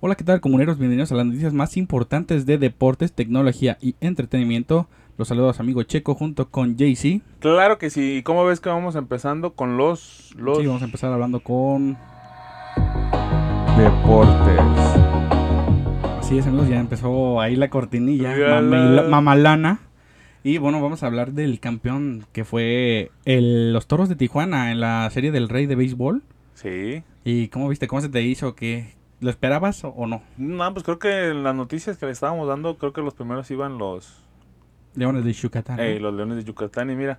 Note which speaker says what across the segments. Speaker 1: Hola, ¿qué tal comuneros? Bienvenidos a las noticias más importantes de deportes, tecnología y entretenimiento. Los saludos amigo Checo junto con Jay-Z.
Speaker 2: Claro que sí. ¿Y cómo ves que vamos empezando con los, los
Speaker 1: Sí, vamos a empezar hablando con...
Speaker 2: deportes?
Speaker 1: Así es amigos, ya empezó ahí la cortinilla,
Speaker 2: Ya
Speaker 1: mamila-
Speaker 2: la-
Speaker 1: mamalana. Y bueno, vamos a hablar del campeón que fue el- los Toros de Tijuana en la serie del Rey de Béisbol.
Speaker 2: Sí.
Speaker 1: ¿Y cómo viste? ¿Cómo se te hizo? ¿Qué, ¿Lo esperabas o- o no?
Speaker 2: No, pues creo que en las noticias que le estábamos dando, creo que los primeros iban los,
Speaker 1: Leones de Yucatán. ¿no?
Speaker 2: eh, los Leones de Yucatán. Y mira,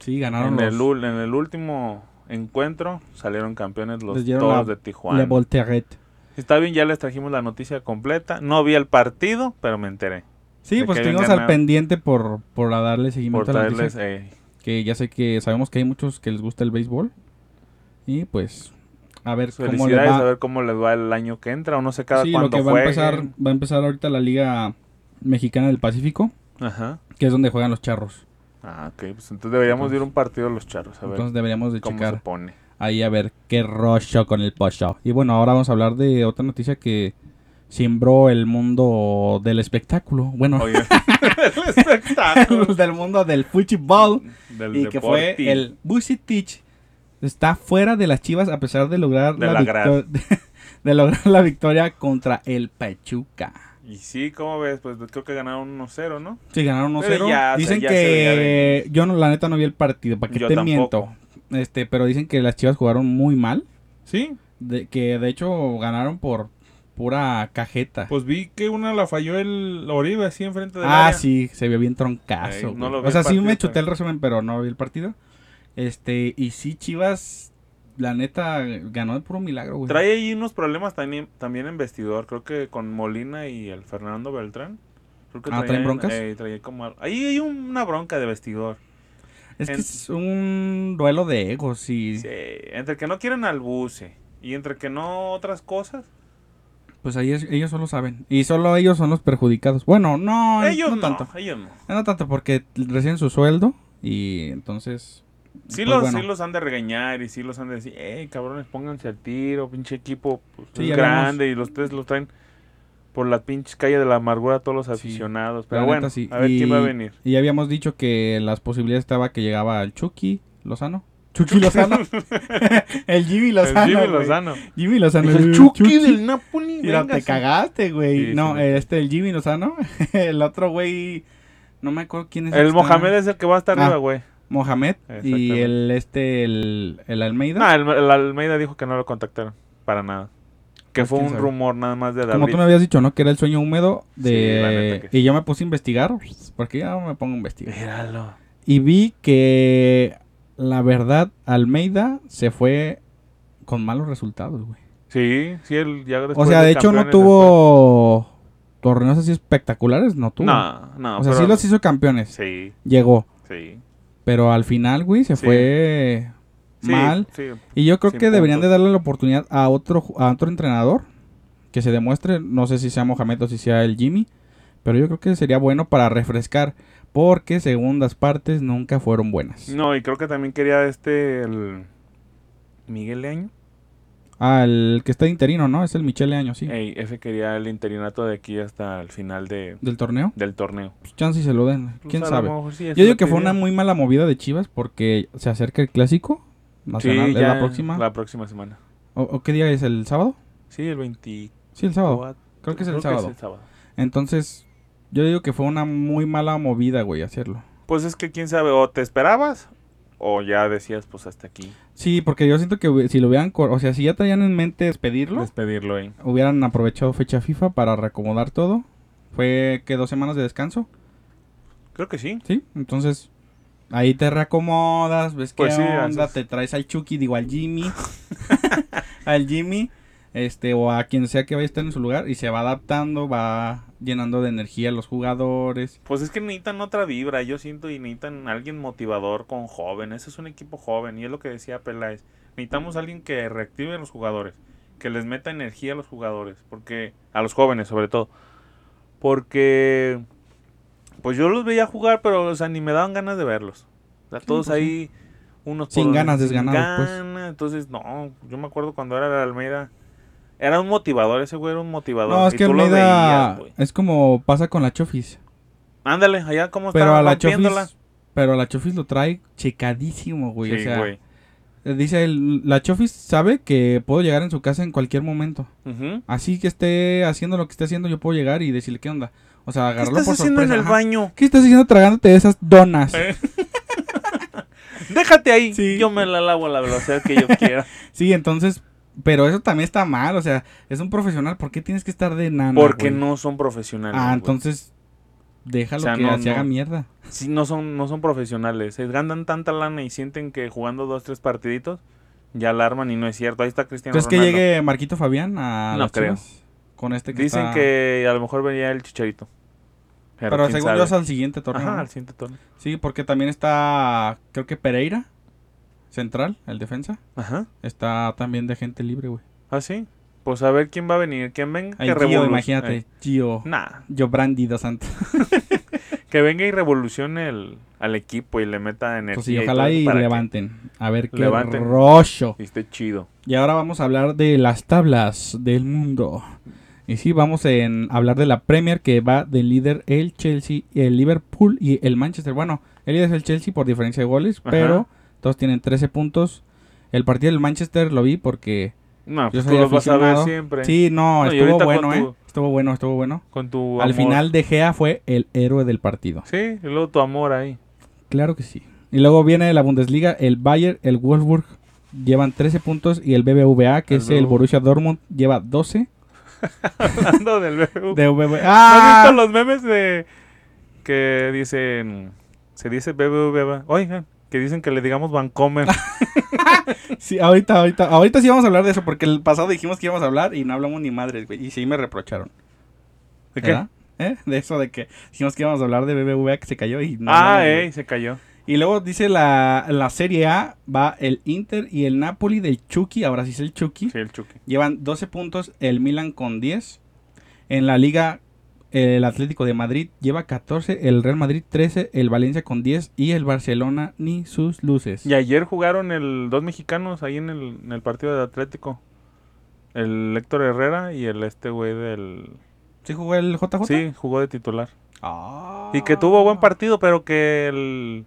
Speaker 1: sí, ganaron
Speaker 2: en
Speaker 1: Ah, los...
Speaker 2: el, ul- en el último encuentro salieron campeones los
Speaker 1: Les dieron
Speaker 2: Toros
Speaker 1: la-
Speaker 2: de Tijuana.
Speaker 1: Le Volterret.
Speaker 2: Está bien, ya les trajimos la noticia completa. No vi el partido, pero me enteré.
Speaker 1: Sí,
Speaker 2: De
Speaker 1: pues
Speaker 2: que habían
Speaker 1: estuvimos al
Speaker 2: ganado.
Speaker 1: pendiente por, por a darle
Speaker 2: Por
Speaker 1: seguimiento a la
Speaker 2: traerles...
Speaker 1: noticia.
Speaker 2: eh,
Speaker 1: Que ya sé que sabemos que hay muchos que les gusta el béisbol. Y pues, a ver cómo le
Speaker 2: felicidades, a
Speaker 1: va.
Speaker 2: ver cómo les va el año que entra. O no sé cada
Speaker 1: sí, lo
Speaker 2: cuánto
Speaker 1: que va a,
Speaker 2: jueguen.
Speaker 1: empezar, va a empezar ahorita la Liga Mexicana del Pacífico,
Speaker 2: Ajá.
Speaker 1: que es donde juegan los charros.
Speaker 2: Ah, ok. Pues entonces deberíamos de ir a un partido de los charros. A ver
Speaker 1: Entonces deberíamos de
Speaker 2: cómo se
Speaker 1: checar
Speaker 2: pone.
Speaker 1: ahí a ver qué rollo con el pocho. Y bueno, ahora vamos a hablar de otra noticia que sembró el mundo del espectáculo. Bueno,
Speaker 2: Oye, el espectáculo
Speaker 1: del mundo del fútbol.
Speaker 2: del
Speaker 1: y que fue
Speaker 2: deporte.
Speaker 1: el Bucetich está fuera de las Chivas a pesar de lograr
Speaker 2: De
Speaker 1: la,
Speaker 2: la gran.
Speaker 1: victo- de lograr la victoria contra el Pachuca.
Speaker 2: Y sí, ¿cómo ves? Pues creo que ganaron 1-0, ¿no?
Speaker 1: Sí, ganaron
Speaker 2: Pero
Speaker 1: 1-0.
Speaker 2: ya se-
Speaker 1: Dicen
Speaker 2: ya se veía
Speaker 1: que yo no, la neta no vi el partido, para que
Speaker 2: Yo
Speaker 1: te
Speaker 2: tampoco.
Speaker 1: miento. Este, pero dicen que las Chivas jugaron muy mal,
Speaker 3: Sí,
Speaker 1: de, que de hecho ganaron por pura cajeta.
Speaker 3: pues vi que una la falló el Oribe así enfrente del
Speaker 1: Ah,
Speaker 3: área.
Speaker 1: sí, se vio bien troncazo.
Speaker 2: Ey, no
Speaker 1: güey.
Speaker 2: lo vi
Speaker 1: o
Speaker 2: el
Speaker 1: sea, sí
Speaker 2: partido,
Speaker 1: me
Speaker 2: pero-
Speaker 1: chuté el resumen, pero no vi el partido. Este, y sí, Chivas, la neta, ganó de puro milagro, güey.
Speaker 2: Trae ahí unos problemas también, también en vestidor. Creo que con Molina y el Fernando Beltrán. Creo que
Speaker 1: Ah, ¿traen broncas?
Speaker 2: eh, traía como... al- Ahí hay una bronca de vestidor.
Speaker 1: es que
Speaker 2: en-
Speaker 1: es un duelo de egos y
Speaker 2: Sí, entre que no quieren al buce y entre que no otras cosas.
Speaker 1: pues ahí es- ellos solo saben. Y solo ellos son los perjudicados. Bueno, no,
Speaker 2: ellos
Speaker 1: no
Speaker 2: no,
Speaker 1: tanto.
Speaker 2: ellos no.
Speaker 1: No tanto porque reciben su sueldo y entonces...
Speaker 2: Sí,
Speaker 1: pues
Speaker 2: los,
Speaker 1: bueno.
Speaker 2: sí los han de regañar y sí los han de decir, eh, cabrones, pónganse al tiro, pinche equipo pues,
Speaker 1: Sí,
Speaker 2: es
Speaker 1: ya
Speaker 2: grande y los tres los traen por la pinche calle de la amargura a todos los
Speaker 1: Sí,
Speaker 2: aficionados.
Speaker 1: la
Speaker 2: Pero
Speaker 1: neta,
Speaker 2: bueno,
Speaker 1: sí.
Speaker 2: a ver quién va a
Speaker 1: Y-
Speaker 2: venir.
Speaker 1: Y ya habíamos dicho que las posibilidades estaba que llegaba el Chucky Lozano. Chucky Lozano. el Jimmy Lozano.
Speaker 2: el Jimmy
Speaker 1: güey.
Speaker 2: Lozano.
Speaker 1: Jimmy Lozano.
Speaker 2: El Chucky, del Napoli.
Speaker 1: Mira,
Speaker 2: venga,
Speaker 1: te
Speaker 2: sí.
Speaker 1: cagaste, güey.
Speaker 2: Sí,
Speaker 1: no,
Speaker 2: sí, me-
Speaker 1: este, el Jimmy Lozano. el otro güey. No me acuerdo quién es.
Speaker 2: El
Speaker 1: está-
Speaker 2: Mohamed es el que va hasta
Speaker 1: Ah.
Speaker 2: arriba, güey.
Speaker 1: Mohamed. Y
Speaker 2: Exactamente.
Speaker 1: el, este, el, el Almeida.
Speaker 2: No, el, el Almeida dijo que no lo contactaron para nada. Que
Speaker 1: Pues,
Speaker 2: fue
Speaker 1: quién
Speaker 2: un
Speaker 1: sabe.
Speaker 2: rumor nada más de
Speaker 1: Como
Speaker 2: David.
Speaker 1: tú me habías dicho, ¿no? Que era el sueño húmedo
Speaker 2: Sí, Eh. la
Speaker 1: de...
Speaker 2: neta que
Speaker 1: y yo me puse a investigar, porque ya me pongo a investigar.
Speaker 2: Míralo.
Speaker 1: Y vi que, la verdad, Almeida se fue con malos resultados, güey.
Speaker 2: Sí, sí, él ya
Speaker 1: O
Speaker 2: después
Speaker 1: sea, de hecho no
Speaker 2: campeones,
Speaker 1: tuvo torneos así espectaculares, no tuvo.
Speaker 2: después- No, no.
Speaker 1: o sea,
Speaker 2: pero-
Speaker 1: sí los hizo campeones,
Speaker 2: Sí,
Speaker 1: llegó.
Speaker 2: sí.
Speaker 1: Pero al final, güey, se
Speaker 2: Sí.
Speaker 1: fue
Speaker 2: Sí,
Speaker 1: mal.
Speaker 2: Sí,
Speaker 1: Y yo creo
Speaker 2: Sin
Speaker 1: que deberían de
Speaker 2: puntos.
Speaker 1: darle la oportunidad a otro, ju- a otro entrenador que se demuestre. No sé si sea Mohamed o si sea el Jimmy. Pero yo creo que sería bueno para refrescar. Porque segundas partes nunca fueron buenas.
Speaker 2: No, y creo que también quería este, el Miguel Leaño.
Speaker 1: Al que está interino, ¿no? Es el Michele Año, sí.
Speaker 2: Ey, ese quería el interinato de aquí hasta el final de,
Speaker 1: Del torneo.
Speaker 2: del torneo.
Speaker 1: Pues chance y se lo den.
Speaker 2: Pues,
Speaker 1: ¿Quién
Speaker 2: a lo
Speaker 1: sabe?
Speaker 2: mejor sí, es
Speaker 1: Yo digo
Speaker 2: lo
Speaker 1: que fue una
Speaker 2: digo.
Speaker 1: muy mala movida de Chivas. Porque se acerca el clásico. Nacional.
Speaker 2: Sí,
Speaker 1: ¿Es
Speaker 2: ya
Speaker 1: la próxima.
Speaker 2: La próxima semana.
Speaker 1: ¿O, o qué día es? ¿El sábado?
Speaker 2: Sí, el 24.
Speaker 1: Sí, el sábado. Oh, Creo que es el sábado. Entonces, yo digo que fue una muy mala movida, güey, hacerlo.
Speaker 2: Pues es que quién sabe, o te esperabas o ya decías pues hasta aquí.
Speaker 1: Sí, porque yo siento que hubi- si lo hubieran, cor- o sea, si ya traían en mente despedirlo,
Speaker 2: Despedirlo, eh.
Speaker 1: hubieran aprovechado fecha FIFA para reacomodar todo. Fue que dos semanas de descanso,
Speaker 2: Creo que sí.
Speaker 1: ¿sí? Entonces, ahí te reacomodas, ves
Speaker 2: Pues
Speaker 1: qué
Speaker 2: sí,
Speaker 1: onda,
Speaker 2: haces-
Speaker 1: te traes al Chucky, digo al Jimmy, al Jimmy, este, o a quien sea que vaya a estar en su lugar, y se va adaptando, va llenando de energía a los jugadores.
Speaker 2: Pues es que necesitan otra vibra, yo siento, y necesitan alguien motivador con joven. Ese es un equipo joven, y es lo que decía Peláez. Necesitamos alguien que reactive a los jugadores, que les meta energía a los jugadores, porque a los jóvenes sobre todo. Porque, pues yo los veía jugar, pero o sea, ni me daban ganas de verlos. O sea,
Speaker 1: Sí,
Speaker 2: todos
Speaker 1: pues sí.
Speaker 2: ahí, unos
Speaker 1: Sin
Speaker 2: por-
Speaker 1: ganas, desganados, pues.
Speaker 2: ganas. Entonces, no, yo me acuerdo cuando era la Almeida, Era un motivador, ese güey era un motivador.
Speaker 1: No, es
Speaker 2: y
Speaker 1: que
Speaker 2: tú lo
Speaker 1: Almeida
Speaker 2: veías, güey.
Speaker 1: es como pasa con la Chofis.
Speaker 2: Ándale, allá como
Speaker 1: Pero
Speaker 2: estaba
Speaker 1: a la
Speaker 2: rompiéndola.
Speaker 1: Chofis. Pero a la Chofis lo trae checadísimo, güey. o
Speaker 2: Sí,
Speaker 1: sea,
Speaker 2: güey.
Speaker 1: dice él, la Chofis sabe que puedo llegar en su casa en cualquier momento.
Speaker 2: Ujú.
Speaker 1: Así que esté haciendo lo que esté haciendo, yo puedo llegar y decirle qué onda. O sea,
Speaker 2: ¿Qué
Speaker 1: agarrarlo
Speaker 2: estás
Speaker 1: por
Speaker 2: haciendo
Speaker 1: sorpresa.
Speaker 2: en el
Speaker 1: Ajá.
Speaker 2: baño? ¿Eh?
Speaker 1: ¿Qué estás haciendo tragándote esas donas?
Speaker 2: Déjate ahí.
Speaker 1: Sí.
Speaker 2: Yo me la lavo a la velocidad que yo quiera.
Speaker 1: Sí, entonces, pero eso también está mal, o sea, es un profesional, ¿por qué tienes que estar de nana?
Speaker 2: porque
Speaker 1: güey?
Speaker 2: no son profesionales.
Speaker 1: Ah,
Speaker 2: güey.
Speaker 1: entonces déjalo
Speaker 2: O sea,
Speaker 1: que
Speaker 2: no,
Speaker 1: se haga
Speaker 2: no.
Speaker 1: mierda.
Speaker 2: Sí, no son, no son profesionales. Se ganan tanta lana y sienten que jugando dos, tres partiditos ya la arman y no es cierto. Ahí está Cristiano
Speaker 1: ¿Crees que
Speaker 2: Ronaldo.
Speaker 1: llegue Marquito Fabián a
Speaker 2: No
Speaker 1: las
Speaker 2: creo.
Speaker 1: Chivas? Con este que
Speaker 2: Dicen
Speaker 1: está-
Speaker 2: que a lo mejor venía el chicharito.
Speaker 1: Pero
Speaker 2: quién
Speaker 1: según
Speaker 2: sabe.
Speaker 1: yo es al siguiente torneo.
Speaker 2: Ajá,
Speaker 1: ¿no?
Speaker 2: al siguiente torneo.
Speaker 1: Sí, porque también está, creo que Pereira, central, el defensa.
Speaker 2: Ajá.
Speaker 1: Está también de gente libre, güey.
Speaker 2: Ah, sí. Pues a ver quién va a venir. Quién venga.
Speaker 1: Ay, Gio,
Speaker 2: revolucione.
Speaker 1: imagínate, Gio.
Speaker 2: Nah,
Speaker 1: Yo Brandy dos Santos.
Speaker 2: que venga y revolucione el, al equipo y le meta energía.
Speaker 1: Pues sí,
Speaker 2: y
Speaker 1: ojalá
Speaker 2: todo eso
Speaker 1: y
Speaker 2: para que-
Speaker 1: levanten. A ver qué
Speaker 2: Levanten.
Speaker 1: rollo.
Speaker 2: y esté chido.
Speaker 1: Y ahora vamos a hablar de las tablas del mundo. Y sí, vamos en- a hablar de la Premier que va del líder el Chelsea, el Liverpool y el Manchester. Bueno, el líder es el Chelsea por diferencia de goles,
Speaker 2: Ajá.
Speaker 1: pero todos tienen 13 puntos. El partido del Manchester lo vi porque...
Speaker 2: No,
Speaker 1: Yo
Speaker 2: pues tú
Speaker 1: soy
Speaker 2: los vas a ver
Speaker 1: aficionado.
Speaker 2: siempre.
Speaker 1: Sí, no,
Speaker 2: No, y
Speaker 1: estuvo
Speaker 2: ahorita
Speaker 1: bueno,
Speaker 2: con
Speaker 1: ¿eh?
Speaker 2: tu-
Speaker 1: Estuvo bueno, estuvo bueno.
Speaker 2: Con tu
Speaker 1: Al
Speaker 2: amor.
Speaker 1: final De Gea fue el héroe del partido.
Speaker 2: Sí, y luego tu amor ahí.
Speaker 1: Claro que sí. Y luego viene de la Bundesliga, el Bayern, el Wolfsburg llevan 13 puntos y el BBVA, que
Speaker 2: El
Speaker 1: es el
Speaker 2: BBVA.
Speaker 1: Borussia Dortmund, lleva 12.
Speaker 2: Hablando del BBVA.
Speaker 1: De BBVA.
Speaker 2: ¿No ¿Has visto
Speaker 1: ¡Ah!
Speaker 2: los memes de que dicen se dice BBVA? Oigan, que dicen que le digamos Bancomer.
Speaker 1: Sí, ahorita, ahorita, ahorita sí vamos a hablar de eso, porque el pasado dijimos que íbamos a hablar y no hablamos ni madres, güey. Y sí me reprocharon.
Speaker 2: ¿De qué?
Speaker 1: ¿Verdad? ¿Eh? De eso de que dijimos que íbamos a hablar de BBVA que se cayó y no.
Speaker 2: ah,
Speaker 1: hablamos, güey.
Speaker 2: ey, se cayó.
Speaker 1: Y luego dice la, la Serie A, va el Inter y el Napoli del Chucky, ahora sí es el Chucky.
Speaker 2: Sí, el Chucky.
Speaker 1: Llevan 12 puntos, el Milan con 10. En la liga, el Atlético de Madrid lleva 14, el Real Madrid 13, el Valencia con 10 y el Barcelona ni sus luces.
Speaker 2: Y ayer jugaron el dos mexicanos ahí en el, en el partido de Atlético. El Héctor Herrera y el este güey del...
Speaker 1: ¿Sí jugó el JJ?
Speaker 2: Sí, jugó de titular.
Speaker 1: Ah.
Speaker 2: Y que tuvo buen partido, pero que el,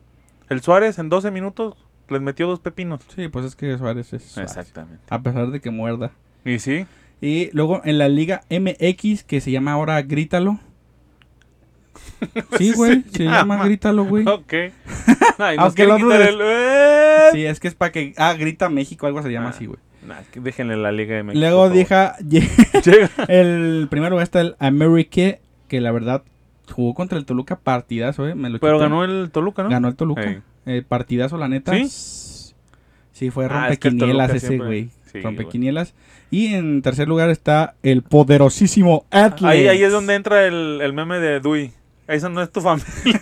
Speaker 2: el Suárez en 12 minutos les metió dos pepinos.
Speaker 1: Sí, pues es que Suárez es Suárez,
Speaker 2: Exactamente.
Speaker 1: A pesar de que muerda.
Speaker 2: Y sí,
Speaker 1: Y luego en la liga MX, que se llama ahora Grítalo. Sí,
Speaker 2: Así
Speaker 1: güey,
Speaker 2: se
Speaker 1: se, llama
Speaker 2: llama.
Speaker 1: Grítalo, güey.
Speaker 2: Ah, ok. Ay, nos
Speaker 1: Aunque el
Speaker 2: quieren
Speaker 1: otro
Speaker 2: quitar
Speaker 1: es-
Speaker 2: el- ¡Eh!
Speaker 1: Sí, es que es para que... Ah, Grita México, algo se llama
Speaker 2: Ah.
Speaker 1: así, güey.
Speaker 2: Nah, que déjenle la Liga MX.
Speaker 1: Luego
Speaker 2: por favor.
Speaker 1: deja...
Speaker 2: Llega.
Speaker 1: El primero está el Amerique, que la verdad jugó contra el Toluca partidazo, eh. Me lo
Speaker 2: Pero
Speaker 1: chuté.
Speaker 2: ganó el Toluca, ¿no?
Speaker 1: Ganó el Toluca.
Speaker 2: Ey.
Speaker 1: Eh, partidazo, la neta.
Speaker 2: ¿Sí?
Speaker 1: Sí, fue
Speaker 2: Ah, es que el
Speaker 1: rompequinielas
Speaker 2: Toluca
Speaker 1: ese,
Speaker 2: siempre-
Speaker 1: güey.
Speaker 2: Sí,
Speaker 1: rompequinielas. Y en tercer lugar está el poderosísimo Atlas.
Speaker 2: Ahí, ahí es donde entra el, el meme de Dewey. Esa no es tu familia.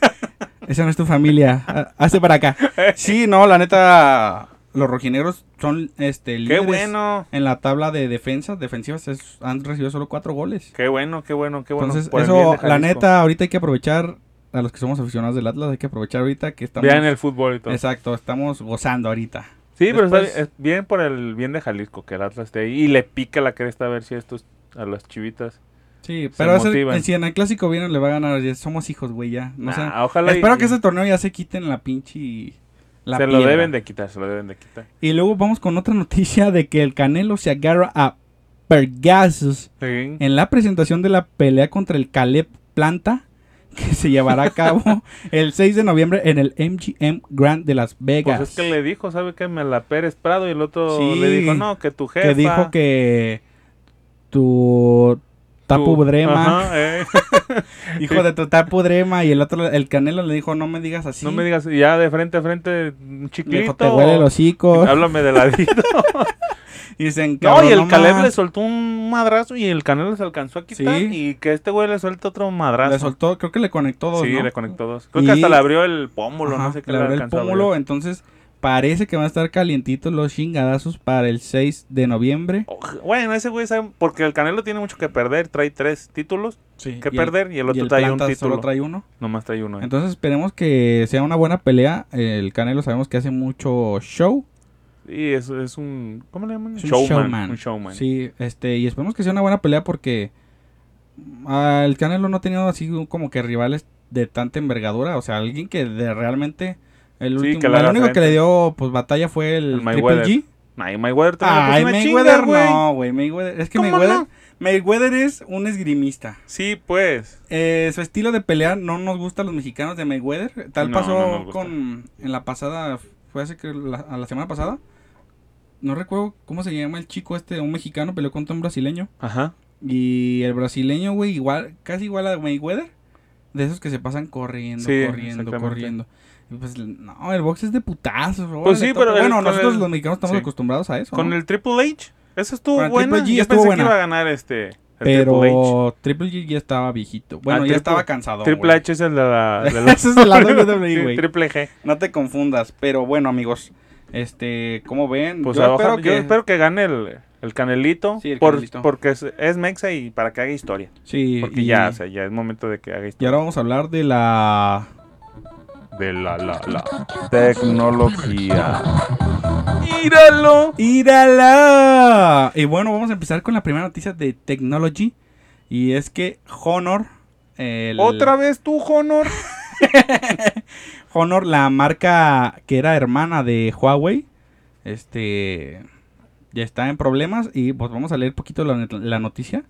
Speaker 1: Esa no es tu familia. Ah, Hazte para acá. Sí, no, la neta. Los rojinegros son este,
Speaker 2: Qué
Speaker 1: líderes
Speaker 2: bueno.
Speaker 1: en la tabla de defensa. Defensivas es- han recibido solo cuatro goles.
Speaker 2: Qué bueno, qué bueno, qué bueno.
Speaker 1: Entonces,
Speaker 2: por el bien
Speaker 1: eso,
Speaker 2: de
Speaker 1: la
Speaker 2: Jalisco.
Speaker 1: neta, ahorita hay que aprovechar, a los que somos aficionados del Atlas, hay que aprovechar ahorita que estamos...
Speaker 2: Vean el fútbol y todo.
Speaker 1: Exacto, estamos gozando ahorita.
Speaker 2: sí, pero está
Speaker 1: después-
Speaker 2: bien- es bien por el bien de Jalisco que el Atlas esté ahí. Y le pica la cresta a ver si estos a las chivitas.
Speaker 1: Sí,
Speaker 2: Se
Speaker 1: pero va a ser-
Speaker 2: motivan.
Speaker 1: en- si en el clásico viene, le va a ganar, ya somos hijos, güey, ya. No sé.
Speaker 2: Nah, ojalá. y-
Speaker 1: Espero que
Speaker 2: y
Speaker 1: ese torneo ya se quiten la pinche... y- La
Speaker 2: se lo
Speaker 1: piedra.
Speaker 2: deben de quitar, se lo deben de quitar.
Speaker 1: Y luego vamos con otra noticia de que el Canelo se agarra a Pergasus
Speaker 2: Sí.
Speaker 1: en este la presentación de la pelea contra el Caleb Planta que se llevará a cabo el 6 de noviembre en el MGM Grand de Las Vegas.
Speaker 2: Pues es que le dijo, ¿sabe qué? Me la Pérez Prado y el otro
Speaker 1: Sí,
Speaker 2: le dijo, no, que tu jefa.
Speaker 1: que dijo que tu
Speaker 2: tu-
Speaker 1: tapudrema,
Speaker 2: Ajá, eh.
Speaker 1: hijo de tu tapudrema, y el otro, el Canelo le dijo, no me digas así.
Speaker 2: No me digas, ya de frente a frente, un
Speaker 1: Le
Speaker 2: chiclito.
Speaker 1: dijo, te huele el hocico.
Speaker 2: Háblame de ladito.
Speaker 1: Y dicen,
Speaker 2: no, y el Caleb
Speaker 1: más".
Speaker 2: le soltó un madrazo y el Canelo se alcanzó a quitar.
Speaker 1: Sí.
Speaker 2: Y que este güey le suelta otro madrazo.
Speaker 1: Le soltó, creo que le conectó dos,
Speaker 2: sí,
Speaker 1: ¿no?
Speaker 2: le conectó dos. Creo
Speaker 1: Y-
Speaker 2: que hasta le abrió el pómulo,
Speaker 1: Ajá,
Speaker 2: no sé qué
Speaker 1: le
Speaker 2: le,
Speaker 1: abrió el
Speaker 2: alcanzó a
Speaker 1: pómulo,
Speaker 2: abrir.
Speaker 1: entonces parece que van a estar calientitos los chingadazos para el 6 de noviembre.
Speaker 2: Oj, Oh, Bueno, ese güey sabe, porque el Canelo tiene mucho que perder, trae tres títulos
Speaker 1: Sí,
Speaker 2: que perder y el otro trae un título.
Speaker 1: solo trae uno.
Speaker 2: Nomás trae uno. eh.
Speaker 1: Entonces esperemos que sea una buena pelea. El Canelo sabemos que hace mucho show.
Speaker 2: Y es, es un. ¿Cómo le llaman?
Speaker 1: Es un
Speaker 2: Un showman.
Speaker 1: Sí, este, y esperemos que sea una buena pelea porque ah, el Canelo no ha tenido así como que rivales de tanta envergadura. O sea, alguien que de realmente. El,
Speaker 2: Sí,
Speaker 1: último,
Speaker 2: que le
Speaker 1: el
Speaker 2: haga
Speaker 1: único que
Speaker 2: frente.
Speaker 1: le dio pues batalla fue el,
Speaker 2: El
Speaker 1: Triple
Speaker 2: Mayweather.
Speaker 1: G.
Speaker 2: Ay, Mayweather también le
Speaker 1: Ay,
Speaker 2: puso una
Speaker 1: Mayweather
Speaker 2: chinga, güey.
Speaker 1: no, güey. Mayweather- Es que
Speaker 2: ¿Cómo
Speaker 1: Mayweather,
Speaker 2: no?
Speaker 1: Mayweather es un esgrimista.
Speaker 2: Sí, pues.
Speaker 1: Eh, su estilo de pelear no nos gusta a los mexicanos de Mayweather. Tal
Speaker 2: No,
Speaker 1: pasó
Speaker 2: no nos gusta.
Speaker 1: con. En la pasada. Fue hace que. La, a la semana pasada. No recuerdo cómo se llama el chico este. Un mexicano peleó contra un brasileño.
Speaker 2: Ajá.
Speaker 1: Y el brasileño, güey, igual. Casi igual a Mayweather. De esos que se pasan corriendo,
Speaker 2: Sí,
Speaker 1: corriendo,
Speaker 2: exactamente.
Speaker 1: corriendo. Y Pues no, el box es de putazos.
Speaker 2: Pues sí,
Speaker 1: órale,
Speaker 2: pero
Speaker 1: tope.
Speaker 2: el-
Speaker 1: Bueno,
Speaker 2: con
Speaker 1: nosotros
Speaker 2: el-
Speaker 1: los mexicanos estamos
Speaker 2: sí.
Speaker 1: acostumbrados a eso.
Speaker 2: Con
Speaker 1: ¿no?
Speaker 2: el Triple H. Esa estuvo
Speaker 1: Con el
Speaker 2: buena.
Speaker 1: Triple G
Speaker 2: Yo
Speaker 1: estuvo
Speaker 2: pensé
Speaker 1: buena.
Speaker 2: que iba a ganar este. el Triple H.
Speaker 1: Pero Triple G ya estaba viejito. Bueno, ya
Speaker 2: Triple-
Speaker 1: estaba cansado.
Speaker 2: Triple
Speaker 1: güey.
Speaker 2: H es el de la. de la-
Speaker 1: Ese es el lado de WWE,
Speaker 2: Sí,
Speaker 1: E, güey.
Speaker 2: Triple G.
Speaker 1: No te confundas, pero bueno, amigos, este, como ven,
Speaker 2: Pues
Speaker 1: yo
Speaker 2: ojalá-
Speaker 1: espero que
Speaker 2: gane el, el Canelito.
Speaker 1: Sí, el
Speaker 2: por-
Speaker 1: Canelito.
Speaker 2: Porque es, es Mexa y para que haga historia.
Speaker 1: sí,
Speaker 2: Porque
Speaker 1: y,
Speaker 2: ya, o sea, ya es momento de que haga
Speaker 1: y
Speaker 2: historia.
Speaker 1: ahora vamos a hablar de la
Speaker 2: De la, la, la tecnología. ¡Míralo!
Speaker 1: ¡Írala! Y bueno, vamos a empezar con la primera noticia de Technology y es que Honor el-
Speaker 2: ¿Otra vez tú, Honor?
Speaker 1: Honor, la marca que era hermana de Huawei, este ya está en problemas y pues vamos a leer poquito la, net- la noticia.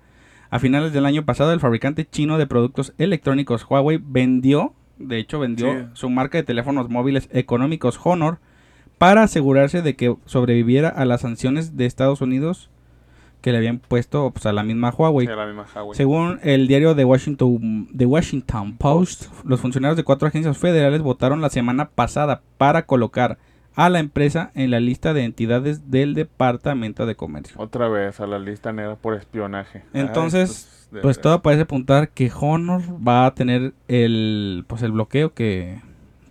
Speaker 1: A finales del año pasado, el fabricante chino de productos electrónicos Huawei vendió, de hecho vendió
Speaker 2: Sí.
Speaker 1: su marca de teléfonos móviles económicos Honor para asegurarse de que sobreviviera a las sanciones de Estados Unidos que le habían puesto pues, a la misma Huawei.
Speaker 2: Sí, la misma Huawei.
Speaker 1: Según el diario The Washington, The Washington Post, los funcionarios de cuatro agencias federales votaron la semana pasada para colocar a la empresa en la lista de entidades del Departamento de Comercio.
Speaker 2: Otra vez a la lista negra por espionaje.
Speaker 1: Entonces,
Speaker 2: Ay, de-
Speaker 1: Pues todo parece apuntar que Honor va a tener el, pues el bloqueo que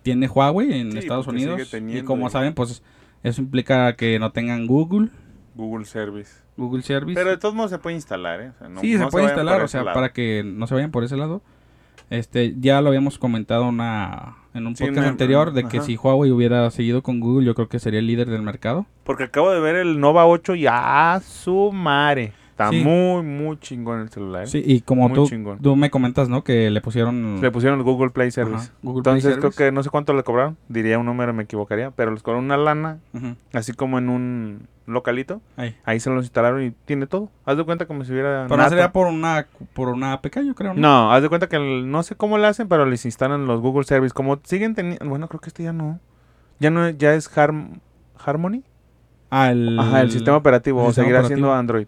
Speaker 1: tiene Huawei en
Speaker 2: Sí,
Speaker 1: Estados
Speaker 2: porque sigue
Speaker 1: Unidos. Y
Speaker 2: teniendo,
Speaker 1: como
Speaker 2: y-
Speaker 1: saben, pues eso implica que no tengan Google,
Speaker 2: Google Service.
Speaker 1: Google Service.
Speaker 2: Pero de todos modos se puede instalar, ¿eh? O sea, no-
Speaker 1: sí,
Speaker 2: no
Speaker 1: se puede
Speaker 2: vayan por
Speaker 1: instalar, o
Speaker 2: ese
Speaker 1: sea,
Speaker 2: lado.
Speaker 1: para que no se vayan por ese lado. Este, ya lo habíamos comentado una, en un
Speaker 2: Sí,
Speaker 1: podcast
Speaker 2: una-
Speaker 1: anterior de que
Speaker 2: ajá.
Speaker 1: si Huawei hubiera seguido con Google, yo creo que sería el líder del mercado.
Speaker 2: Porque acabo de ver el Nova 8 y ¡ah, su madre! Está
Speaker 1: Sí.
Speaker 2: muy, muy chingón el celular. ¿eh?
Speaker 1: Sí, y como
Speaker 2: Muy
Speaker 1: tú,
Speaker 2: chingón.
Speaker 1: tú me comentas, ¿no? Que le pusieron
Speaker 2: Le pusieron el Google Play Service.
Speaker 1: ajá, Google Play
Speaker 2: Entonces creo
Speaker 1: Service.
Speaker 2: que no sé cuánto le cobraron, diría un número, me equivocaría, pero les cobraron una lana,
Speaker 1: Ujú,
Speaker 2: así como en un localito.
Speaker 1: ahí.
Speaker 2: Ahí se los instalaron y tiene todo. Haz de cuenta como si hubiera...
Speaker 1: Pero no
Speaker 2: nato.
Speaker 1: sería por una, por una APK, yo creo, ¿no?
Speaker 2: No, haz de cuenta que el- no sé cómo le hacen, pero les instalan los Google Service. Como siguen teniendo... Bueno, creo que este ya no. Ya no, ya es Harm- Harmony.
Speaker 1: Ah, el,
Speaker 2: Ajá, el sistema operativo.
Speaker 1: el
Speaker 2: o
Speaker 1: sistema
Speaker 2: seguirá
Speaker 1: operativo.
Speaker 2: siendo Android.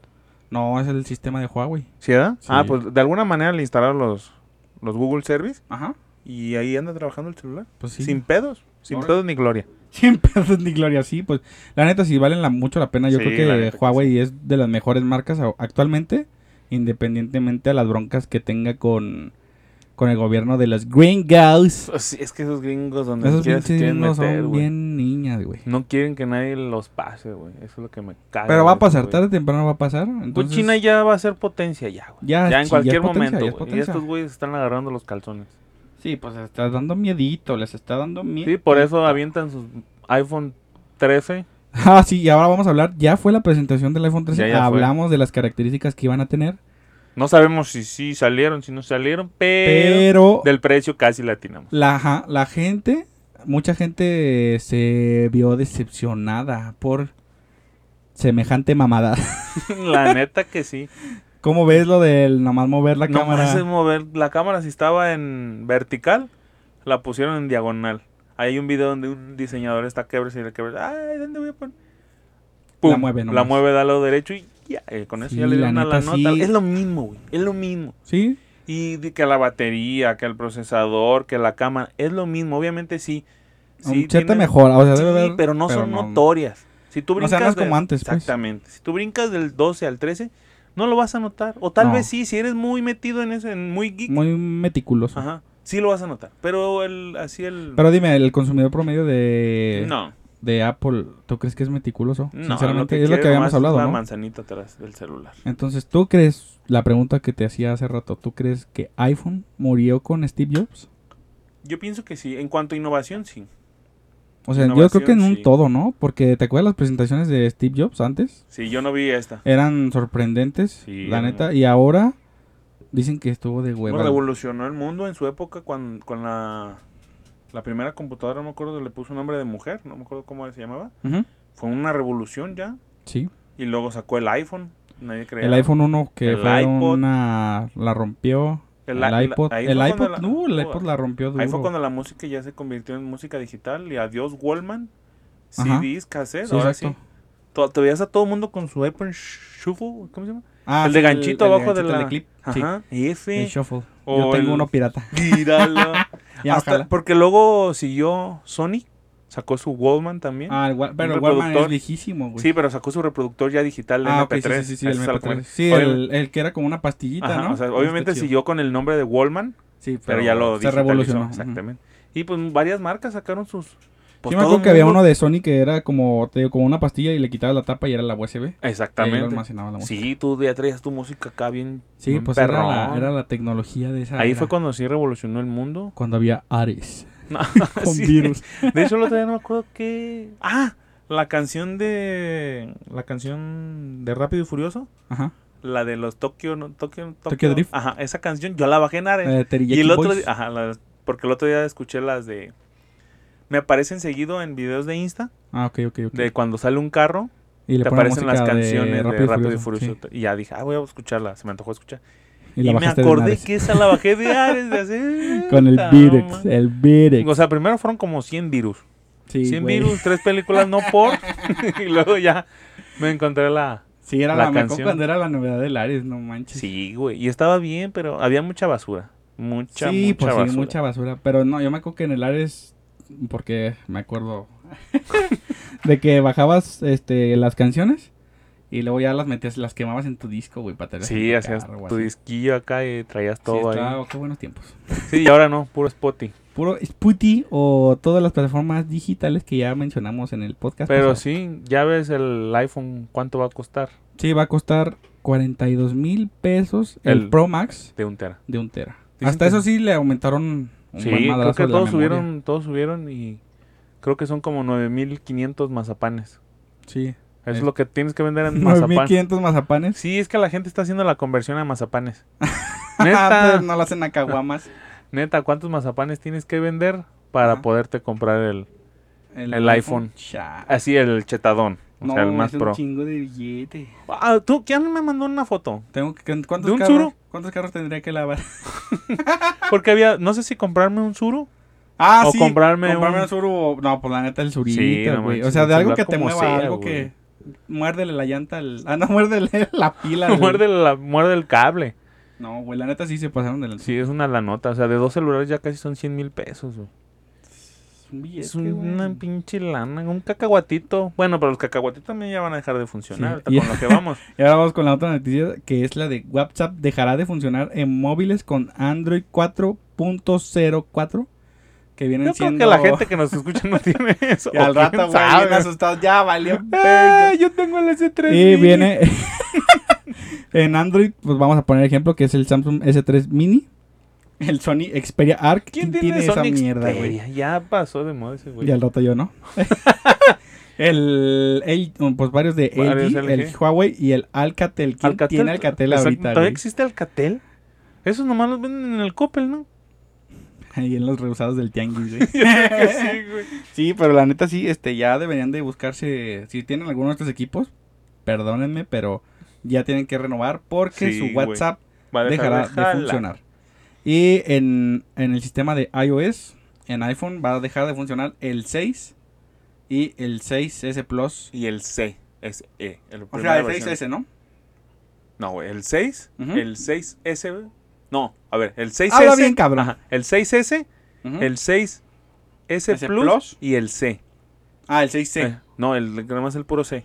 Speaker 1: No, es el sistema de Huawei.
Speaker 2: ¿Sí, verdad?
Speaker 1: Sí.
Speaker 2: Ah, pues de alguna manera le instalaron los, los Google Service
Speaker 1: Ajá,
Speaker 2: y ahí anda trabajando el celular.
Speaker 1: pues sí.
Speaker 2: Sin pedos, sin
Speaker 1: Órale.
Speaker 2: pedos ni gloria.
Speaker 1: Sin pesos ni gloria, sí, pues la neta sí valen la, mucho la pena. Yo
Speaker 2: Sí, la
Speaker 1: creo
Speaker 2: neta
Speaker 1: que
Speaker 2: que
Speaker 1: Huawei es de las mejores marcas a- actualmente, independientemente de las broncas que tenga con, con el gobierno de los Green Gals.
Speaker 2: Pues es que esos gringos donde
Speaker 1: Esos
Speaker 2: quieras se
Speaker 1: pinches
Speaker 2: quieren
Speaker 1: gringos
Speaker 2: meter,
Speaker 1: son
Speaker 2: güey.
Speaker 1: bien niñas, güey.
Speaker 2: No quieren que nadie los pase, güey. Eso es lo que me caga.
Speaker 1: Pero va a
Speaker 2: de
Speaker 1: pasar,
Speaker 2: esos
Speaker 1: tarde
Speaker 2: güeyes.
Speaker 1: o temprano va a pasar.
Speaker 2: Pues
Speaker 1: Entonces,
Speaker 2: China ya va a ser potencia ya, güey.
Speaker 1: Ya,
Speaker 2: Ya,
Speaker 1: sí, ya
Speaker 2: en
Speaker 1: es
Speaker 2: cualquier
Speaker 1: potencia,
Speaker 2: momento,
Speaker 1: ya es
Speaker 2: güey. Y
Speaker 1: potencia.
Speaker 2: estos güeyes están agarrando los calzones.
Speaker 1: Sí, pues está dando miedito, les está dando miedo.
Speaker 2: Sí, por eso avientan sus iPhone 13.
Speaker 1: Ah, sí, y ahora vamos a hablar. Ya fue la presentación del iPhone 13.
Speaker 2: Ya, ya fue.
Speaker 1: Hablamos de las características que iban a tener.
Speaker 2: No sabemos si sí salieron, si no salieron, pero...
Speaker 1: Pero
Speaker 2: Del precio casi la atinamos.
Speaker 1: La, ajá, la gente, mucha gente se vio decepcionada por semejante mamada.
Speaker 2: la neta que sí.
Speaker 1: ¿Cómo ves lo del nomás mover la
Speaker 2: No
Speaker 1: cámara?
Speaker 2: hace mover la cámara si estaba en vertical, la pusieron en diagonal. Ahí hay un video donde un diseñador está quebres y le quebres. Ay, ¿dónde voy a poner?
Speaker 1: La
Speaker 2: Pum,
Speaker 1: mueve
Speaker 2: la
Speaker 1: nomás.
Speaker 2: mueve da lado derecho y ya, eh, con eso
Speaker 1: Sí,
Speaker 2: ya le
Speaker 1: la
Speaker 2: dieron a la
Speaker 1: neta,
Speaker 2: nota.
Speaker 1: sí.
Speaker 2: Es lo mismo, güey. Es lo mismo.
Speaker 1: Sí,
Speaker 2: Y de que la batería, que el procesador, que la cámara, es lo mismo. Obviamente sí. sí
Speaker 1: un- cierta
Speaker 2: tiene-
Speaker 1: mejora. O sea,
Speaker 2: sí,
Speaker 1: debe haber,
Speaker 2: pero no son notorias. Si tú
Speaker 1: O
Speaker 2: brincas
Speaker 1: sea, no es
Speaker 2: del-
Speaker 1: como antes, pues.
Speaker 2: Exactamente. Si tú brincas del 12 al 13, no lo vas a notar. O tal
Speaker 1: No.
Speaker 2: vez sí, si eres muy metido en ese, en muy geek.
Speaker 1: Muy meticuloso.
Speaker 2: Ajá. Sí lo vas a notar. Pero el, así el.
Speaker 1: Pero dime, ¿el consumidor promedio de,
Speaker 2: no,
Speaker 1: de Apple, tú crees que es meticuloso?
Speaker 2: no.
Speaker 1: Sinceramente, es lo
Speaker 2: quiere
Speaker 1: que habíamos
Speaker 2: nomás
Speaker 1: hablado,
Speaker 2: La
Speaker 1: ¿no?
Speaker 2: manzanita atrás del celular.
Speaker 1: Entonces, ¿tú crees, la pregunta que te hacía hace rato, ¿tú crees que iPhone murió con Steve Jobs?
Speaker 2: Yo pienso que sí. En cuanto a innovación, sí.
Speaker 1: O sea, yo creo
Speaker 2: Innovación,
Speaker 1: que en un
Speaker 2: sí.
Speaker 1: todo, ¿no? Porque te acuerdas las presentaciones de Steve Jobs antes?
Speaker 2: Sí, yo no vi esta.
Speaker 1: Eran sorprendentes,
Speaker 2: Sí,
Speaker 1: la
Speaker 2: no.
Speaker 1: neta. Y ahora dicen que estuvo de
Speaker 2: Bueno,
Speaker 1: hueva.
Speaker 2: revolucionó el mundo en su época con, con la, la primera computadora, no me acuerdo, le puso un nombre de mujer, no me acuerdo cómo se llamaba.
Speaker 1: Ujú,
Speaker 2: Fue una revolución ya.
Speaker 1: Sí.
Speaker 2: Y luego sacó el iPhone. Nadie creía.
Speaker 1: El iPhone 1 que
Speaker 2: El
Speaker 1: fue
Speaker 2: iPod.
Speaker 1: una... La rompió. El,
Speaker 2: El i- la-
Speaker 1: iPod.
Speaker 2: ahí
Speaker 1: el
Speaker 2: fue
Speaker 1: iPod,
Speaker 2: cuando la-
Speaker 1: no, el iPod la rompió duro.
Speaker 2: Ahí fue cuando la música ya se convirtió en música digital. Y adiós, Wallman.
Speaker 1: Ajá.
Speaker 2: CDs, cassette.
Speaker 1: Sí,
Speaker 2: ahora
Speaker 1: exacto.
Speaker 2: sí. To- Te veías a todo el mundo con su iPhone Shuffle. ¿Cómo se llama?
Speaker 1: Ah,
Speaker 2: el de
Speaker 1: sí,
Speaker 2: ganchito
Speaker 1: el de
Speaker 2: abajo de
Speaker 1: ganchito,
Speaker 2: la.
Speaker 1: el de clip. Sí,
Speaker 2: Ajá. F.
Speaker 1: el shuffle. Yo
Speaker 2: O
Speaker 1: tengo
Speaker 2: el-
Speaker 1: uno pirata.
Speaker 2: Míralo.
Speaker 1: Ya
Speaker 2: Hasta-
Speaker 1: ojalá.
Speaker 2: porque luego siguió Sony. Sacó su Wallman también.
Speaker 1: Ah, el Wa- pero el
Speaker 2: reproductor.
Speaker 1: Walkman es viejísimo, güey.
Speaker 2: Sí, pero sacó su reproductor ya digital de
Speaker 1: Ah, ok,
Speaker 2: MP3.
Speaker 1: sí, sí, sí, sí, el
Speaker 2: Eso es a lo que
Speaker 1: MP3.
Speaker 2: me-
Speaker 1: Sí,
Speaker 2: Obvia-
Speaker 1: el, el que era como una pastillita,
Speaker 2: Ajá,
Speaker 1: ¿no?
Speaker 2: o sea,
Speaker 1: Está
Speaker 2: obviamente
Speaker 1: chido.
Speaker 2: siguió con el nombre de Wallman,
Speaker 1: Sí, pero,
Speaker 2: pero, ya lo
Speaker 1: se
Speaker 2: digitalizó,
Speaker 1: revolucionó. ujú.
Speaker 2: Exactamente. Y pues varias marcas sacaron sus.
Speaker 1: Sí,
Speaker 2: pues,
Speaker 1: me
Speaker 2: todo
Speaker 1: acuerdo que había
Speaker 2: mundo-
Speaker 1: uno de Sony que era como, te digo, como una pastilla y le quitabas la tapa y era la USB. Y ahí lo
Speaker 2: Exactamente.
Speaker 1: almacenaba la música.
Speaker 2: Sí, tú ya traías tu música acá bien.
Speaker 1: Sí,
Speaker 2: bien
Speaker 1: pues era
Speaker 2: perrón.
Speaker 1: la, era la tecnología de esa.
Speaker 2: Ahí
Speaker 1: era.
Speaker 2: fue cuando sí revolucionó el mundo.
Speaker 1: Cuando había Ares
Speaker 2: No,
Speaker 1: con
Speaker 2: sí.
Speaker 1: virus.
Speaker 2: De hecho, el otro día no me acuerdo qué. Ah, la canción de. La canción de Rápido y Furioso.
Speaker 1: Ajá.
Speaker 2: La de los Tokyo. no, Tokyo,
Speaker 1: Tokyo Drift.
Speaker 2: Ajá, esa canción yo la bajé en Ares.
Speaker 1: La de
Speaker 2: Y
Speaker 1: Eh, Teriyaki
Speaker 2: el otro ah,
Speaker 1: Boys.
Speaker 2: día, ajá, las- porque el otro día escuché las de me aparecen seguido en videos de Insta
Speaker 1: Ah, ok, ok, ok.
Speaker 2: de cuando sale un carro
Speaker 1: Y le
Speaker 2: te
Speaker 1: ponen
Speaker 2: aparecen las
Speaker 1: música de
Speaker 2: canciones de Rápido, y Furioso
Speaker 1: sí.
Speaker 2: y ya dije, ah, voy a escucharla, se me antojó escuchar.
Speaker 1: Y,
Speaker 2: Y,
Speaker 1: la
Speaker 2: me
Speaker 1: bajaste de
Speaker 2: acordé
Speaker 1: Ares.
Speaker 2: que esa la bajé de Ares de hacer
Speaker 1: Con el Virex, el Virex.
Speaker 2: O sea, primero fueron como 100 virus,
Speaker 1: Sí,
Speaker 2: 100
Speaker 1: güey.
Speaker 2: virus, tres películas no por y luego ya me encontré la
Speaker 1: Sí, era
Speaker 2: la
Speaker 1: la, me acuerdo
Speaker 2: canción.
Speaker 1: cuando era la novedad del Ares, no manches.
Speaker 2: Sí, güey, y estaba bien, pero había mucha basura, mucha
Speaker 1: sí,
Speaker 2: mucha
Speaker 1: pues
Speaker 2: basura.
Speaker 1: sí, mucha basura. Pero no, yo me acuerdo que en el Ares, porque me acuerdo de que bajabas este, las canciones y luego ya las metías, las quemabas en tu disco, güey, para tener
Speaker 2: Sí, hacías tu disquillo acá y traías todo ahí.
Speaker 1: qué buenos tiempos.
Speaker 2: Sí, y ahora no, puro Spotty.
Speaker 1: Puro Sputi o todas las plataformas digitales que ya mencionamos en el podcast.
Speaker 2: Pero
Speaker 1: pasado.
Speaker 2: sí, ya ves el iPhone, ¿cuánto va a costar?
Speaker 1: Sí, va a costar 42 mil pesos el,
Speaker 2: El-
Speaker 1: Pro Max
Speaker 2: De un tera.
Speaker 1: de un tera.
Speaker 2: Dicen
Speaker 1: Hasta
Speaker 2: que-
Speaker 1: eso sí le aumentaron un
Speaker 2: sí,
Speaker 1: buen
Speaker 2: creo
Speaker 1: madrazo
Speaker 2: que
Speaker 1: de la
Speaker 2: todos
Speaker 1: memoria.
Speaker 2: subieron, todos subieron y creo que son como 9500 mazapanes.
Speaker 1: Sí.
Speaker 2: Eso es
Speaker 1: Es-
Speaker 2: lo que tienes que vender en mazapán.
Speaker 1: 9.500 mazapanes.
Speaker 2: Sí, es que la gente está haciendo la conversión a mazapanes.
Speaker 1: Antes
Speaker 2: neta,
Speaker 1: no la hacen a caguamas.
Speaker 2: neta, ¿cuántos mazapanes tienes que vender para
Speaker 1: Ajá.
Speaker 2: poderte comprar el El iPhone.
Speaker 1: Cha-
Speaker 2: así el chetadón, o
Speaker 1: no,
Speaker 2: sea, el más
Speaker 1: es
Speaker 2: pro?
Speaker 1: un chingo de billete.
Speaker 2: Ah, tú, ¿quién me mandó una foto?
Speaker 1: Tengo que, ¿cuántos,
Speaker 2: ¿De un
Speaker 1: carros,
Speaker 2: suro?
Speaker 1: ¿Cuántos carros tendría que lavar?
Speaker 2: Porque había, no sé si comprarme un Zuru
Speaker 1: Ah,
Speaker 2: o
Speaker 1: sí.
Speaker 2: comprarme,
Speaker 1: comprarme
Speaker 2: un,
Speaker 1: un suru. o- No, pues la neta, el
Speaker 2: Sí,
Speaker 1: surita,
Speaker 2: no
Speaker 1: güey. o
Speaker 2: manches,
Speaker 1: sea, de
Speaker 2: el
Speaker 1: algo
Speaker 2: celular
Speaker 1: que te
Speaker 2: como
Speaker 1: mueva,
Speaker 2: sea,
Speaker 1: algo
Speaker 2: güey.
Speaker 1: que. Muérdele la llanta al. Ah, no, muérdele la pila. güey.
Speaker 2: Muerde, la, muerde el cable.
Speaker 1: No, güey, la neta sí se pasaron de la.
Speaker 2: Sí, es una lanota. O sea, de dos celulares ya casi son 100 mil pesos. güey.
Speaker 1: Es un billete.
Speaker 2: Es una
Speaker 1: güey.
Speaker 2: pinche lana. Un cacahuatito. Bueno, pero los cacahuatitos también ya van a dejar de
Speaker 1: Sí,
Speaker 2: funcionar. ahorita
Speaker 1: y-
Speaker 2: Con lo que vamos.
Speaker 1: Y ahora vamos con la otra noticia que es la de WhatsApp dejará de funcionar en móviles con Android 4.04 que vienen
Speaker 2: Yo creo
Speaker 1: siendo
Speaker 2: que la gente que nos escucha no tiene eso.
Speaker 1: Y al
Speaker 2: o
Speaker 1: rato,
Speaker 2: quién
Speaker 1: güey,
Speaker 2: sabe.
Speaker 1: bien asustados, ya valió.
Speaker 2: Ah, yo tengo el S3.
Speaker 1: y
Speaker 2: mini.
Speaker 1: Eh, viene en Android, pues vamos a poner ejemplo que es el Samsung S3 Mini, el Sony Xperia Arc.
Speaker 2: ¿Quién tiene,
Speaker 1: esa
Speaker 2: Sony
Speaker 1: mierda, güey?
Speaker 2: Xperia? Ya pasó de moda ese güey.
Speaker 1: Y al rato yo no. el, el- pues varios de
Speaker 2: Varios
Speaker 1: LG, el
Speaker 2: LG.
Speaker 1: Huawei y el Alcatel. ¿Quién tiene Alcatel
Speaker 2: exacto,
Speaker 1: ahorita,
Speaker 2: ¿Todavía
Speaker 1: güey?
Speaker 2: existe Alcatel? Esos nomás los venden en el Coppel, ¿no?
Speaker 1: Ahí en los rehusados del tianguis, güey.
Speaker 2: Que sí, güey.
Speaker 1: Sí, pero la neta sí, este, ya deberían de buscarse, si tienen alguno de estos equipos, perdónenme, pero ya tienen que renovar porque
Speaker 2: Sí,
Speaker 1: su
Speaker 2: güey.
Speaker 1: WhatsApp
Speaker 2: Va a dejar
Speaker 1: dejará de
Speaker 2: jalar.
Speaker 1: funcionar. Y en, en el sistema de iOS, en iPhone, va a dejar de funcionar el 6 y el 6S Plus.
Speaker 2: Y el C. Es E. el
Speaker 1: O
Speaker 2: primera
Speaker 1: sea, el
Speaker 2: versión.
Speaker 1: 6S, ¿no?
Speaker 2: No, güey, el 6,
Speaker 1: Ujú.
Speaker 2: el 6S. güey. No, a ver, el 6S.
Speaker 1: Habla bien, cabrón.
Speaker 2: Ajá, el 6S,
Speaker 1: Ujú.
Speaker 2: el 6S
Speaker 1: ¿Ese
Speaker 2: Plus,
Speaker 1: Plus?
Speaker 2: y el C.
Speaker 1: ah, el 6C.
Speaker 2: Eh, no, el, nada más el puro C.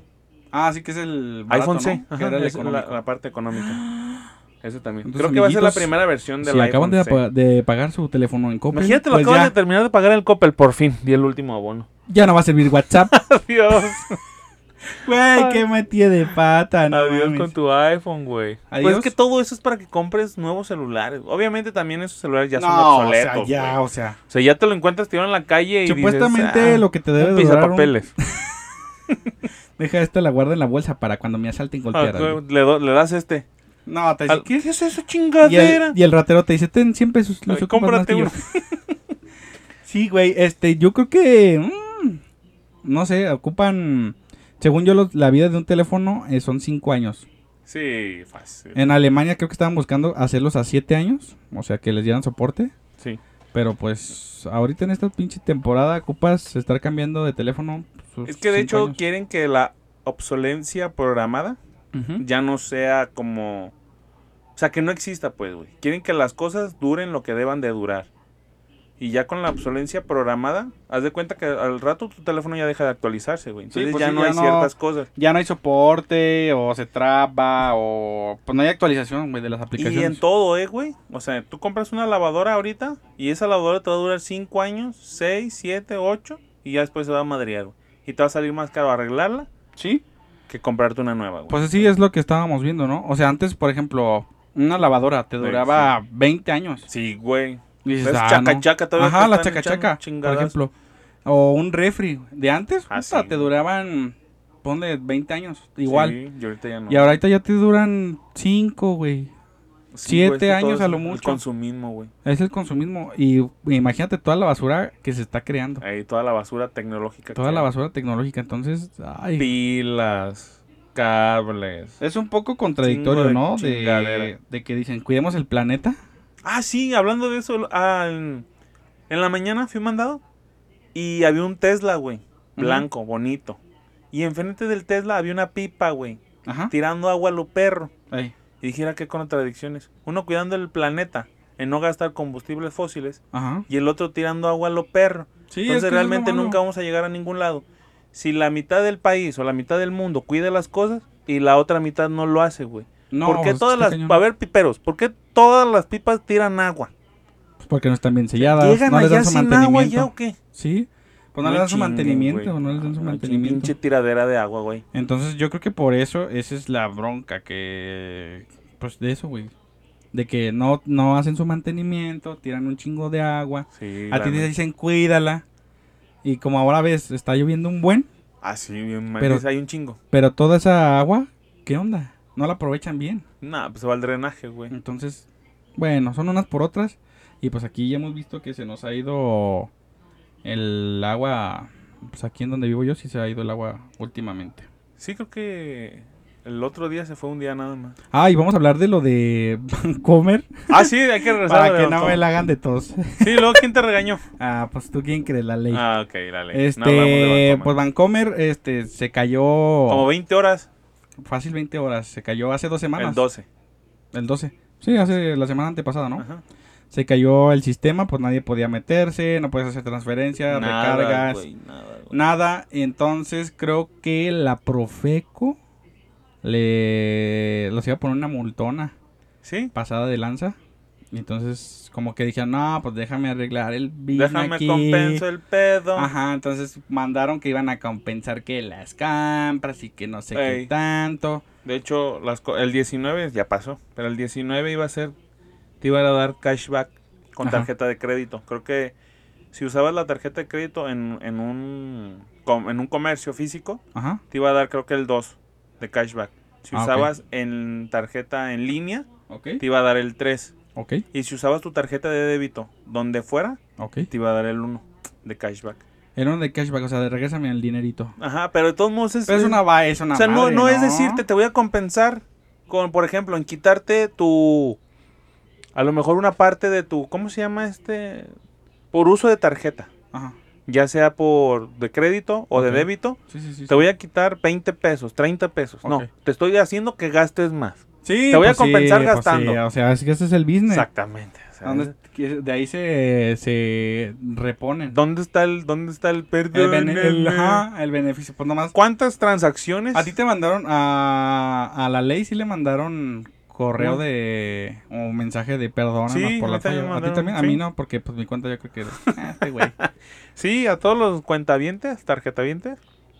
Speaker 1: Ah, sí que es el barato,
Speaker 2: iPhone
Speaker 1: ¿no?
Speaker 2: C.
Speaker 1: Que
Speaker 2: ajá,
Speaker 1: era el
Speaker 2: esa es la,
Speaker 1: económico.
Speaker 2: la parte económica. Ese también.
Speaker 1: Entonces,
Speaker 2: Creo que va a ser la
Speaker 1: amiguitos,
Speaker 2: primera versión del
Speaker 1: Si acaban
Speaker 2: iPhone
Speaker 1: de,
Speaker 2: C.
Speaker 1: apa- de pagar su teléfono en Coppel,
Speaker 2: Imagínate, lo
Speaker 1: pues
Speaker 2: acaban
Speaker 1: ya,
Speaker 2: de terminar de pagar el Coppel, por fin. Y el último abono.
Speaker 1: ya no va a servir WhatsApp.
Speaker 2: Adiós.
Speaker 1: Güey, qué metía de pata, no
Speaker 2: Adiós
Speaker 1: mames.
Speaker 2: con tu iPhone, güey. Pues
Speaker 1: Adiós.
Speaker 2: es que todo eso es para que compres nuevos celulares. Obviamente también esos celulares ya son
Speaker 1: No, o
Speaker 2: obsoletos.
Speaker 1: sea, ya,
Speaker 2: güey.
Speaker 1: o sea.
Speaker 2: O sea, ya te lo encuentras tirado en la calle y
Speaker 1: Supuestamente
Speaker 2: dices, ah,
Speaker 1: lo que te debe
Speaker 2: un
Speaker 1: de durar un-
Speaker 2: pisapapeles.
Speaker 1: Deja esta la guarda en la bolsa para cuando me asalten
Speaker 2: Ah,
Speaker 1: golpeada.
Speaker 2: tú le, do- le das este.
Speaker 1: No, te
Speaker 2: Al- ¿Qué es eso,
Speaker 1: y el,
Speaker 2: chingadera?
Speaker 1: y el ratero te dice, ten siempre sus los
Speaker 2: Ay,
Speaker 1: ocupas más
Speaker 2: cómprate
Speaker 1: que yo".
Speaker 2: uno.
Speaker 1: Sí, güey, este, yo creo que, mm, no sé, ocupan, según yo, los- la vida de un teléfono eh, son cinco años.
Speaker 2: Sí, fácil.
Speaker 1: En Alemania creo que estaban buscando hacerlos a siete años, o sea, que les dieran soporte.
Speaker 2: Sí.
Speaker 1: Pero pues, ahorita en esta pinche temporada ocupas estar cambiando de teléfono. pues,
Speaker 2: Es que de
Speaker 1: cinco
Speaker 2: hecho
Speaker 1: años.
Speaker 2: quieren que la obsolencia programada
Speaker 1: Ujú.
Speaker 2: ya no sea como... O sea, que no exista, pues, güey. Quieren que las cosas duren lo que deban de durar. Y ya con la obsolencia programada, haz de cuenta que al rato tu teléfono ya deja de actualizarse, güey.
Speaker 1: Sí,
Speaker 2: Entonces
Speaker 1: pues
Speaker 2: ya
Speaker 1: sí,
Speaker 2: no
Speaker 1: ya
Speaker 2: hay
Speaker 1: no-
Speaker 2: ciertas cosas.
Speaker 1: Ya no hay soporte, o se traba, o pues no hay actualización, güey, de las
Speaker 2: Y
Speaker 1: aplicaciones.
Speaker 2: en todo, eh, güey. O sea, tú compras una lavadora ahorita y esa lavadora te va a durar 5 años, 6, 7, 8 y ya después se va a madrear, güey. Y te va a salir más caro arreglarla
Speaker 1: Sí.
Speaker 2: que comprarte una nueva, güey.
Speaker 1: Pues sí, es lo que estábamos viendo, ¿no? O sea, antes, por ejemplo, una lavadora te
Speaker 2: Sí,
Speaker 1: duraba 20 años.
Speaker 2: Sí, güey.
Speaker 1: Y dices,
Speaker 2: Ves
Speaker 1: ah,
Speaker 2: chaca,
Speaker 1: no.
Speaker 2: chaca, todavía
Speaker 1: Ajá,
Speaker 2: te
Speaker 1: la
Speaker 2: están
Speaker 1: chacachaca,
Speaker 2: echando
Speaker 1: por
Speaker 2: chingadazo.
Speaker 1: ejemplo. O un refri de antes,
Speaker 2: Ah,
Speaker 1: puta,
Speaker 2: sí.
Speaker 1: te duraban, ponle 20 años, igual.
Speaker 2: Sí, y ahorita ya no.
Speaker 1: Y ahorita ya te duran 5, güey.
Speaker 2: Sí, güey, es que
Speaker 1: siete
Speaker 2: todo
Speaker 1: años a
Speaker 2: es
Speaker 1: lo
Speaker 2: el
Speaker 1: mucho.
Speaker 2: consumismo, güey.
Speaker 1: Es el consumismo. Y imagínate toda la basura que se está creando.
Speaker 2: Ahí toda la basura tecnológica.
Speaker 1: Toda
Speaker 2: que
Speaker 1: la
Speaker 2: hay.
Speaker 1: basura tecnológica. Entonces, ay.
Speaker 2: Pilas, cables.
Speaker 1: Es un poco contradictorio,
Speaker 2: Chingo de
Speaker 1: ¿no?
Speaker 2: chingadera.
Speaker 1: De, de que dicen, cuidemos el planeta.
Speaker 2: Ah, sí, hablando de eso, al- en la mañana fui mandado y había un Tesla, güey, blanco, bonito. Y enfrente del Tesla había una pipa, güey,
Speaker 1: Ajá.
Speaker 2: tirando agua a lo perro.
Speaker 1: Ahí.
Speaker 2: Y dijera qué contradicciones. Uno cuidando el planeta en no gastar combustibles fósiles
Speaker 1: Ajá.
Speaker 2: y el otro tirando agua a lo perro.
Speaker 1: Sí, es que eso
Speaker 2: Entonces
Speaker 1: es lo
Speaker 2: realmente
Speaker 1: malo.
Speaker 2: nunca vamos a llegar a ningún lado. Si la mitad del país o la mitad del mundo cuida las cosas y la otra mitad no lo hace, güey.
Speaker 1: No, pues,
Speaker 2: ¿Por qué
Speaker 1: está
Speaker 2: todas las...
Speaker 1: cañón.
Speaker 2: A ver, piperos, ¿por qué todas las pipas tiran agua?
Speaker 1: Pues porque no están bien selladas,
Speaker 2: ¿Llegan
Speaker 1: no les
Speaker 2: allá
Speaker 1: dan su
Speaker 2: sin agua
Speaker 1: mantenimiento.
Speaker 2: ya o qué?
Speaker 1: Sí, pues no, les dan su mantenimiento, no les dan su mantenimiento.
Speaker 2: Pinche tiradera de agua, güey.
Speaker 1: Entonces yo creo que por eso esa es la bronca que pues de eso, güey. De que no no hacen su mantenimiento, tiran un chingo de agua.
Speaker 2: Sí.
Speaker 1: a ti te dicen, "Cuídala." Y como ahora ves, está lloviendo un buen,
Speaker 2: Así, Ah, bien
Speaker 1: Pero-
Speaker 2: Pero... Hay un chingo.
Speaker 1: pero toda esa agua, ¿qué onda? No la aprovechan bien.
Speaker 2: Nah, pues se va al drenaje, güey.
Speaker 1: Entonces, bueno, son unas por otras. Y pues aquí ya hemos visto que se nos ha ido el agua. Pues aquí en donde vivo yo sí se ha ido el agua últimamente.
Speaker 2: Sí, creo que el otro día se fue un día nada más.
Speaker 1: Ah, y vamos a hablar de lo de Vancomer.
Speaker 2: Ah, sí, hay que regresar. a
Speaker 1: para
Speaker 2: lo
Speaker 1: que
Speaker 2: de
Speaker 1: no
Speaker 2: Don
Speaker 1: me
Speaker 2: Tom.
Speaker 1: la hagan de tos.
Speaker 2: Sí, luego, ¿quién te regañó?
Speaker 1: Ah, pues tú quién crees la ley.
Speaker 2: Ah, ok, la ley. No
Speaker 1: este,
Speaker 2: hablamos de Vancomer.
Speaker 1: pues Vancomer este, se cayó
Speaker 2: Como 20 horas,
Speaker 1: fácil 20 horas. Se cayó hace dos semanas.
Speaker 2: el 12.
Speaker 1: El 12. Sí, hace la semana antepasada, ¿no?
Speaker 2: Ajá.
Speaker 1: Se cayó el sistema, pues nadie podía meterse, no puedes hacer transferencias,
Speaker 2: Nada,
Speaker 1: recargas.
Speaker 2: güey, nada, güey.
Speaker 1: Nada, entonces creo que la Profeco le los iba a poner una multona
Speaker 2: ¿Sí?
Speaker 1: pasada de lanza. Y Entonces, como que dije, no, pues déjame arreglar el bien
Speaker 2: Déjame
Speaker 1: aquí".
Speaker 2: compenso el pedo.
Speaker 1: Ajá, entonces mandaron que iban a compensar que las compras y que no sé qué
Speaker 2: Ey.
Speaker 1: tanto.
Speaker 2: De hecho, las co- el 19 ya pasó, pero el 19 iba a ser, te iban a dar cashback con
Speaker 1: Ajá.
Speaker 2: tarjeta de crédito. Creo que si usabas la tarjeta de crédito en, en, un, com- en un comercio físico,
Speaker 1: Ajá,
Speaker 2: te iba a dar creo que el 2 de cashback. Si
Speaker 1: Ah, ok.
Speaker 2: usabas en tarjeta en línea,
Speaker 1: ok,
Speaker 2: te iba a dar el 3.
Speaker 1: ok,
Speaker 2: Y si usabas tu tarjeta de débito donde fuera,
Speaker 1: ok.
Speaker 2: te iba a dar el 1 de cashback.
Speaker 1: Era uno de cashback, o sea, de regrésame el dinerito.
Speaker 2: Ajá, pero de todos modos es,
Speaker 1: Pero es una va, es una
Speaker 2: O sea, no,
Speaker 1: madre,
Speaker 2: no es decirte, te voy a compensar con, por ejemplo, en quitarte tu. A lo mejor una parte de tu. ¿Cómo se llama este? Por uso de tarjeta.
Speaker 1: Ajá,
Speaker 2: Ya sea por de crédito o
Speaker 1: Ok.
Speaker 2: de débito.
Speaker 1: sí, sí, sí.
Speaker 2: Te voy a quitar 20 pesos, 30 pesos.
Speaker 1: Ok.
Speaker 2: No, te estoy haciendo que gastes más.
Speaker 1: Sí,
Speaker 2: Te voy a
Speaker 1: pues sí,
Speaker 2: compensar
Speaker 1: pues sí,
Speaker 2: gastando.
Speaker 1: o sea, es que ese es el business.
Speaker 2: Exactamente. o sea,
Speaker 1: ¿Dónde- que- de ahí se, se reponen.
Speaker 2: ¿Dónde está el, dónde está el
Speaker 1: El,
Speaker 2: perdón?
Speaker 1: bene- el-
Speaker 2: eh?
Speaker 1: ajá, el beneficio, pues nomás.
Speaker 2: ¿Cuántas transacciones?
Speaker 1: A ti te mandaron a, a la ley, sí le mandaron correo
Speaker 2: Ujú.
Speaker 1: de o mensaje de perdón
Speaker 2: Sí,
Speaker 1: por
Speaker 2: a
Speaker 1: la
Speaker 2: mí también
Speaker 1: falla.
Speaker 2: me
Speaker 1: A ti
Speaker 2: mandaron,
Speaker 1: también, a
Speaker 2: sí.
Speaker 1: mí no, porque pues mi cuenta yo creo que Ah, este güey.
Speaker 2: Sí, a todos los cuentavientes, tarjetavientes,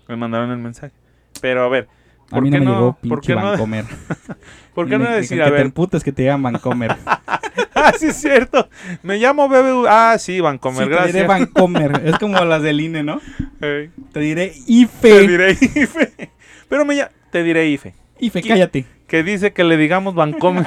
Speaker 2: me mandaron el mensaje. Pero a ver,
Speaker 1: A mí no
Speaker 2: ¿por qué
Speaker 1: me
Speaker 2: no-
Speaker 1: llegó
Speaker 2: por
Speaker 1: pinche
Speaker 2: qué no-
Speaker 1: Vancomer.
Speaker 2: ¿por qué
Speaker 1: Me-
Speaker 2: no
Speaker 1: me-
Speaker 2: decir,
Speaker 1: que
Speaker 2: a
Speaker 1: te
Speaker 2: ver,
Speaker 1: emputes que te llaman Vancomer.
Speaker 2: ah, sí es cierto, me llamo BBU, ah, sí, Vancomer,
Speaker 1: Sí, te diré
Speaker 2: gracias.
Speaker 1: Vancomer. Es como las del INE, ¿no?
Speaker 2: Ey,
Speaker 1: Te diré
Speaker 2: te
Speaker 1: IFE.
Speaker 2: diré IFE, pero me ya- te diré IFE,
Speaker 1: IFE, cállate.
Speaker 2: que dice que le digamos Vancomer.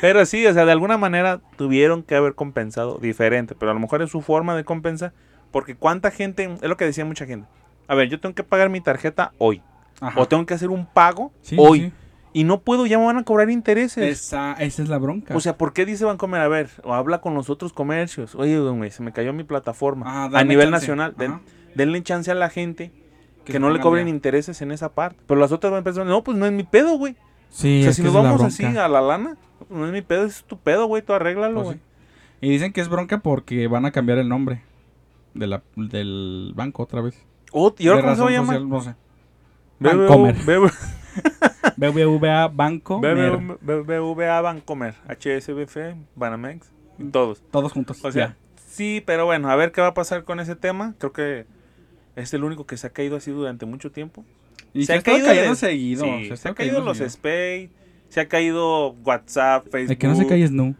Speaker 2: pero sí, o sea, de alguna manera tuvieron que haber compensado diferente, pero a lo mejor es su forma de compensar, porque cuánta gente, es lo que decía mucha gente, a ver, yo tengo que pagar mi tarjeta hoy,
Speaker 1: Ajá.
Speaker 2: o tengo que hacer un pago
Speaker 1: Sí,
Speaker 2: hoy,
Speaker 1: sí.
Speaker 2: y no puedo, ya me van a cobrar intereses.
Speaker 1: Esa, esa es la bronca.
Speaker 2: O sea, ¿por qué dice Bancomer? A ver, o habla con los otros comercios. Oye, don, güey, se me cayó mi plataforma.
Speaker 1: Ah,
Speaker 2: a
Speaker 1: dame
Speaker 2: nivel
Speaker 1: chance.
Speaker 2: nacional, den-
Speaker 1: Ajá.
Speaker 2: denle chance a la gente que,
Speaker 1: Que se
Speaker 2: no le
Speaker 1: pongan
Speaker 2: cobren
Speaker 1: bien.
Speaker 2: intereses en esa parte. Pero las otras empresas, no, pues no es mi pedo, güey.
Speaker 1: Sí,
Speaker 2: o sea,
Speaker 1: es
Speaker 2: si
Speaker 1: que
Speaker 2: nos
Speaker 1: esa es la
Speaker 2: vamos así
Speaker 1: bronca.
Speaker 2: a la lana, no es mi pedo, es tu pedo, güey, tú arréglalo,
Speaker 1: Pues
Speaker 2: güey.
Speaker 1: sí. Y dicen que es bronca porque van a cambiar el nombre de la- del banco otra vez.
Speaker 2: Oh, ¿Y ahora
Speaker 1: De
Speaker 2: cómo se va a
Speaker 1: razón
Speaker 2: llamar?
Speaker 1: social, no sé.
Speaker 2: BBVA
Speaker 1: Bancomer.
Speaker 2: BBVA
Speaker 1: BBVA Banco. Mer.
Speaker 2: BBVA Bancomer, HSBF, Banamex, y todos.
Speaker 1: Todos juntos.
Speaker 2: O sea,
Speaker 1: ya.
Speaker 2: sí, pero bueno, a ver qué va a pasar con ese tema. Creo que es el único que se ha caído así durante mucho tiempo.
Speaker 1: Y
Speaker 2: se ha
Speaker 1: estado
Speaker 2: caído
Speaker 1: cayendo
Speaker 2: de-
Speaker 1: seguido.
Speaker 2: Sí, se, ha caído los Space, se ha caído WhatsApp, Facebook.
Speaker 1: El que no se calle es Nu.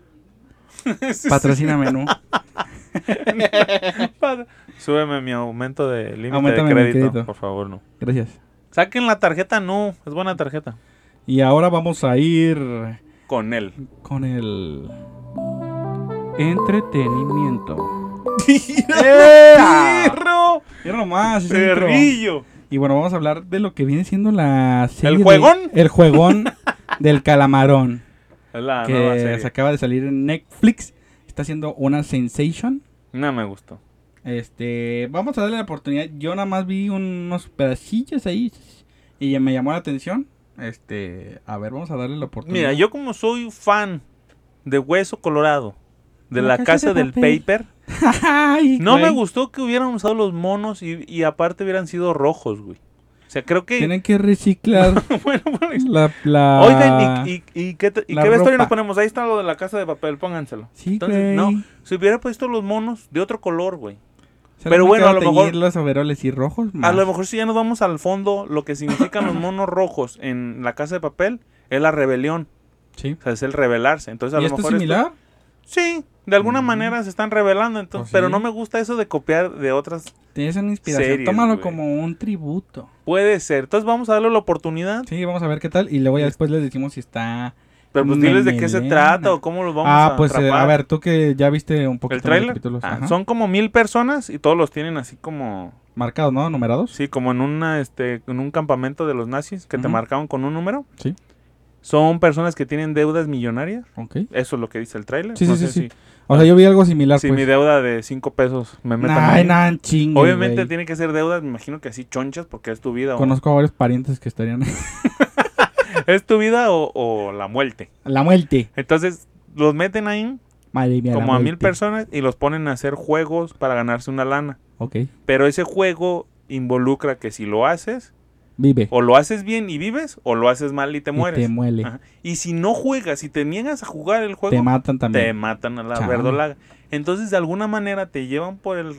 Speaker 1: Patrocíname Nu.
Speaker 2: Padre. Súbeme mi aumento de límite de
Speaker 1: Aumentame mi
Speaker 2: crédito,
Speaker 1: crédito.
Speaker 2: por favor, no.
Speaker 1: Gracias.
Speaker 2: Saquen la tarjeta, no, es buena tarjeta.
Speaker 1: Y ahora vamos a ir
Speaker 2: Con él.
Speaker 1: con el entretenimiento.
Speaker 2: ¡Perro!
Speaker 1: Mira nomás, ese intro.
Speaker 2: ¡Perrillo!
Speaker 1: Y bueno, vamos a hablar de lo que viene siendo la serie.
Speaker 2: ¿El
Speaker 1: de-
Speaker 2: juegón?
Speaker 1: el juegón del calamarón.
Speaker 2: Es la nueva
Speaker 1: que
Speaker 2: serie.
Speaker 1: se acaba de salir en Netflix. Está haciendo una sensation.
Speaker 2: No me gustó.
Speaker 1: Este, vamos a darle la oportunidad. Yo nada más vi unos pedacillos ahí y ya me llamó la atención. Este, a ver, vamos a darle la oportunidad.
Speaker 2: Mira, yo como soy fan de Hueso Colorado, de la, casa, del
Speaker 1: Papel.
Speaker 2: paper,
Speaker 1: Ay,
Speaker 2: no me
Speaker 1: güey.
Speaker 2: gustó que hubieran usado los monos y, y aparte hubieran sido rojos, güey. O sea, creo que...
Speaker 1: Tienen que reciclar
Speaker 2: bueno, bueno,
Speaker 1: la, la-
Speaker 2: Oigan, ¿y, y, y qué, te- y
Speaker 1: Ah, la
Speaker 2: qué vestuario
Speaker 1: ropa.
Speaker 2: nos ponemos? Ahí está lo de la casa de papel, pónganselo.
Speaker 1: Sí, güey.
Speaker 2: Entonces, no, si hubiera puesto los monos de otro color, güey.
Speaker 1: ¿Será
Speaker 2: pero
Speaker 1: que
Speaker 2: bueno,
Speaker 1: va
Speaker 2: a lo
Speaker 1: teñir
Speaker 2: mejor-
Speaker 1: los overoles y rojos.
Speaker 2: A
Speaker 1: Más.
Speaker 2: lo mejor si ya nos vamos al fondo, lo que significan los monos rojos en la casa de papel es la rebelión.
Speaker 1: Sí.
Speaker 2: O sea, es el rebelarse. Entonces, a
Speaker 1: ¿Y
Speaker 2: lo
Speaker 1: esto es
Speaker 2: mejor esto-
Speaker 1: similar?
Speaker 2: Sí, de alguna
Speaker 1: Mm.
Speaker 2: manera se están revelando, entonces,
Speaker 1: Pues
Speaker 2: pero
Speaker 1: sí.
Speaker 2: no me gusta eso de copiar de otras.
Speaker 1: Tienes una inspiración.
Speaker 2: Series,
Speaker 1: Tómalo
Speaker 2: güey.
Speaker 1: como un tributo.
Speaker 2: Puede ser. Entonces vamos a darle la oportunidad,
Speaker 1: Sí, vamos a ver qué tal. Y luego ya después les decimos si está.
Speaker 2: pero pues diles de qué se
Speaker 1: Memelena.
Speaker 2: trata o cómo los vamos a
Speaker 1: ah, pues eh,
Speaker 2: atrapar.
Speaker 1: a ver, tú que ya viste un poquito
Speaker 2: el
Speaker 1: los
Speaker 2: tráiler.
Speaker 1: capítulos,
Speaker 2: ah,
Speaker 1: ajá.
Speaker 2: son como mil personas y todos los tienen así como,
Speaker 1: marcados, ¿no? Numerados.
Speaker 2: sí, como en una, este, en un campamento de los nazis que te
Speaker 1: Ujú.
Speaker 2: marcaban con un número.
Speaker 1: Sí.
Speaker 2: Son personas que tienen deudas millonarias.
Speaker 1: Ok.
Speaker 2: Eso es lo que dice el tráiler.
Speaker 1: Sí,
Speaker 2: no
Speaker 1: sí, sí,
Speaker 2: sé
Speaker 1: sí.
Speaker 2: si-
Speaker 1: O sea, yo vi algo similar,
Speaker 2: si mi
Speaker 1: pues.
Speaker 2: deuda de cinco pesos me metan
Speaker 1: Nah,
Speaker 2: ahí.
Speaker 1: nah, en chingue,
Speaker 2: Obviamente
Speaker 1: güey.
Speaker 2: tiene que ser deudas, me imagino que así chonchas porque es tu vida. o-
Speaker 1: Conozco a varios parientes que estarían.
Speaker 2: ¿Es tu vida o, o la muerte?
Speaker 1: la muerte.
Speaker 2: Entonces, los meten ahí
Speaker 1: Madre mía. la
Speaker 2: como a mil
Speaker 1: muerte.
Speaker 2: personas y los ponen a hacer juegos para ganarse una lana.
Speaker 1: Ok.
Speaker 2: Pero ese juego involucra que si lo haces,
Speaker 1: Vive.
Speaker 2: o lo haces bien y vives, o lo haces mal y te
Speaker 1: Y
Speaker 2: mueres.
Speaker 1: te muele.
Speaker 2: Ajá. Y si no juegas, si te niegas a jugar el juego,
Speaker 1: Te matan
Speaker 2: te
Speaker 1: también.
Speaker 2: matan a la
Speaker 1: Chale.
Speaker 2: verdolaga. Entonces, de alguna manera te llevan por el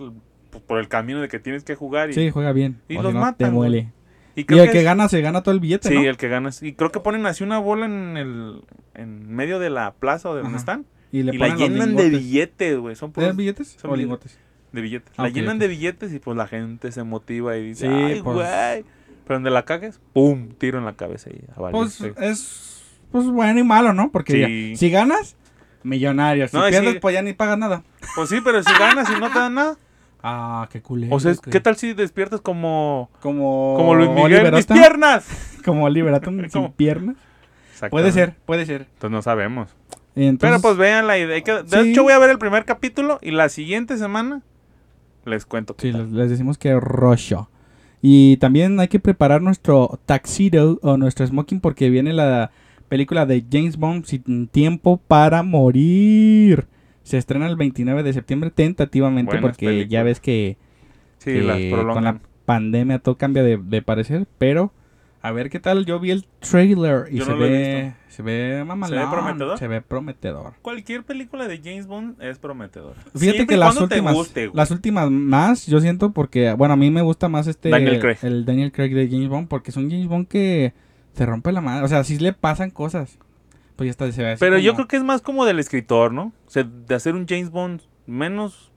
Speaker 2: pues, por el camino de que tienes que jugar y,
Speaker 1: Sí, juega bien.
Speaker 2: Y
Speaker 1: o si
Speaker 2: los
Speaker 1: no,
Speaker 2: matan,
Speaker 1: Te
Speaker 2: güey.
Speaker 1: muele.
Speaker 2: y
Speaker 1: Y
Speaker 2: creo
Speaker 1: el que
Speaker 2: es-
Speaker 1: gana se gana todo el billete,
Speaker 2: Sí,
Speaker 1: ¿no?
Speaker 2: el que ganas. Y creo que ponen así una bola en el en medio de la plaza o de donde
Speaker 1: Ajá.
Speaker 2: están.
Speaker 1: Y le
Speaker 2: y la
Speaker 1: ponen los
Speaker 2: llenan de
Speaker 1: lingotes.
Speaker 2: billetes, güey. Son puros
Speaker 1: ¿Eran billetes
Speaker 2: son
Speaker 1: o
Speaker 2: billetes.
Speaker 1: lingotes?
Speaker 2: de billetes.
Speaker 1: Ah,
Speaker 2: la
Speaker 1: ok,
Speaker 2: llenan
Speaker 1: ok.
Speaker 2: de billetes y pues la gente se motiva y dice,
Speaker 1: Sí,
Speaker 2: ay,
Speaker 1: pues.
Speaker 2: güey. Pero donde la cagues, pum, tiro en la cabeza y a valer,
Speaker 1: Pues
Speaker 2: sí.
Speaker 1: es pues bueno y malo, ¿no? Porque
Speaker 2: Sí.
Speaker 1: ya, si ganas, millonario. Si
Speaker 2: No, y
Speaker 1: pierdes,
Speaker 2: si-
Speaker 1: pues ya ni pagas nada.
Speaker 2: Pues sí, pero si ganas y no te dan nada.
Speaker 1: Ah, qué culero.
Speaker 2: O sea, es-
Speaker 1: güey.
Speaker 2: ¿qué tal si despiertas como,
Speaker 1: Como,
Speaker 2: como Luis Miguel?
Speaker 1: Oliver
Speaker 2: ¡Mis
Speaker 1: Atom.
Speaker 2: piernas!
Speaker 1: Como Liberatum sin
Speaker 2: Como-
Speaker 1: piernas. Puede ser, puede ser.
Speaker 2: Entonces no sabemos.
Speaker 1: Entonces,
Speaker 2: Pero pues vean la idea. hay que- De
Speaker 1: Sí.
Speaker 2: hecho, voy a ver el primer capítulo y la siguiente semana les cuento. qué
Speaker 1: sí,
Speaker 2: tal.
Speaker 1: les, les decimos que rollo. Y también hay que preparar nuestro tuxedo o nuestro smoking porque viene la película de James Bond sin tiempo para morir. Se estrena el 29 de septiembre tentativamente
Speaker 2: Buenas
Speaker 1: porque ya
Speaker 2: películas.
Speaker 1: ves que
Speaker 2: Sí, las
Speaker 1: que
Speaker 2: prolongan.
Speaker 1: con la pandemia todo cambia de, de parecer, pero A ver qué tal. Yo vi el trailer y
Speaker 2: Yo
Speaker 1: se,
Speaker 2: no lo he
Speaker 1: ve, se ve mamalón.
Speaker 2: ¿Se ve prometedor?
Speaker 1: Se ve prometedor.
Speaker 2: Cualquier película de James Bond es prometedora.
Speaker 1: Fíjate
Speaker 2: Siempre
Speaker 1: que
Speaker 2: y
Speaker 1: las
Speaker 2: cuando
Speaker 1: últimas,
Speaker 2: Te guste, güey.
Speaker 1: las últimas más, yo siento porque, bueno, a mí me gusta más este,
Speaker 2: Daniel Craig.
Speaker 1: el Daniel Craig de James Bond, porque es un James Bond que se rompe la mano, o sea, si le pasan cosas, pues ya está, se ve así
Speaker 2: Pero yo
Speaker 1: como-
Speaker 2: creo que es más como del escritor, ¿no? O sea, de hacer un James Bond menos,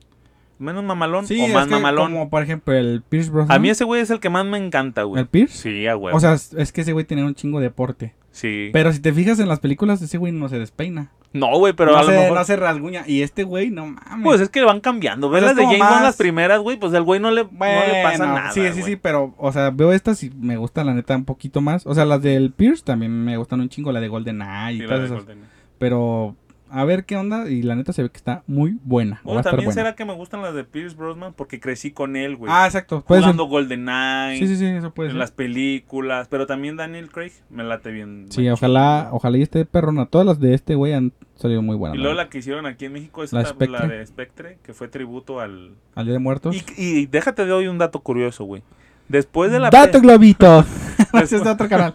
Speaker 2: menos mamalón
Speaker 1: sí,
Speaker 2: o
Speaker 1: es
Speaker 2: más
Speaker 1: que
Speaker 2: mamalón.
Speaker 1: como por ejemplo el Pierce Brosnan,
Speaker 2: A mí ese güey es el que más me encanta, güey.
Speaker 1: el Pierce,
Speaker 2: Sí, a güey.
Speaker 1: o sea, es es que ese güey tenía un chingo de deporte,
Speaker 2: sí.
Speaker 1: pero si te fijas en las películas, ese güey no se despeina,
Speaker 2: no, güey, pero
Speaker 1: no,
Speaker 2: a lo
Speaker 1: se,
Speaker 2: mejor.
Speaker 1: no se rasguña, y este güey, no mames,
Speaker 2: Pues es que van cambiando. ¿Ves
Speaker 1: Pero
Speaker 2: las
Speaker 1: Pues es como
Speaker 2: de James Bond,
Speaker 1: más-
Speaker 2: las primeras, güey? Pues al güey no le, no le pasa
Speaker 1: Bueno,
Speaker 2: nada.
Speaker 1: Sí, sí,
Speaker 2: güey.
Speaker 1: sí, pero, o sea, veo estas y me gustan la neta un poquito más. O sea, las del Pierce también me gustan un chingo, la de GoldenEye y
Speaker 2: Sí, la
Speaker 1: todas
Speaker 2: de
Speaker 1: esas.
Speaker 2: Golden.
Speaker 1: Pero, a ver qué onda. Y la neta se ve que está muy buena. o
Speaker 2: Bueno,
Speaker 1: va a estar
Speaker 2: Oh, también
Speaker 1: buena.
Speaker 2: será que me gustan las de Pierce Brosnan porque crecí con él, güey.
Speaker 1: Ah, exacto. Puede ser.
Speaker 2: Jugando GoldenEye,
Speaker 1: Sí, sí, sí, eso puede
Speaker 2: en
Speaker 1: ser.
Speaker 2: las películas, pero también Daniel Craig me late bien.
Speaker 1: Sí,
Speaker 2: macho.
Speaker 1: ojalá, ojalá y este perrona. Todas las de este güey han salido muy buenas.
Speaker 2: Y
Speaker 1: la
Speaker 2: luego
Speaker 1: neta.
Speaker 2: la que hicieron aquí en México es
Speaker 1: La
Speaker 2: la,
Speaker 1: Spectre.
Speaker 2: la de Spectre, que fue tributo al...
Speaker 1: Al Día de Muertos.
Speaker 2: Y, y déjate de hoy un dato curioso, güey. Después de la... pe-
Speaker 1: ¡Dato globito! Ese es
Speaker 2: Después-
Speaker 1: de otro canal.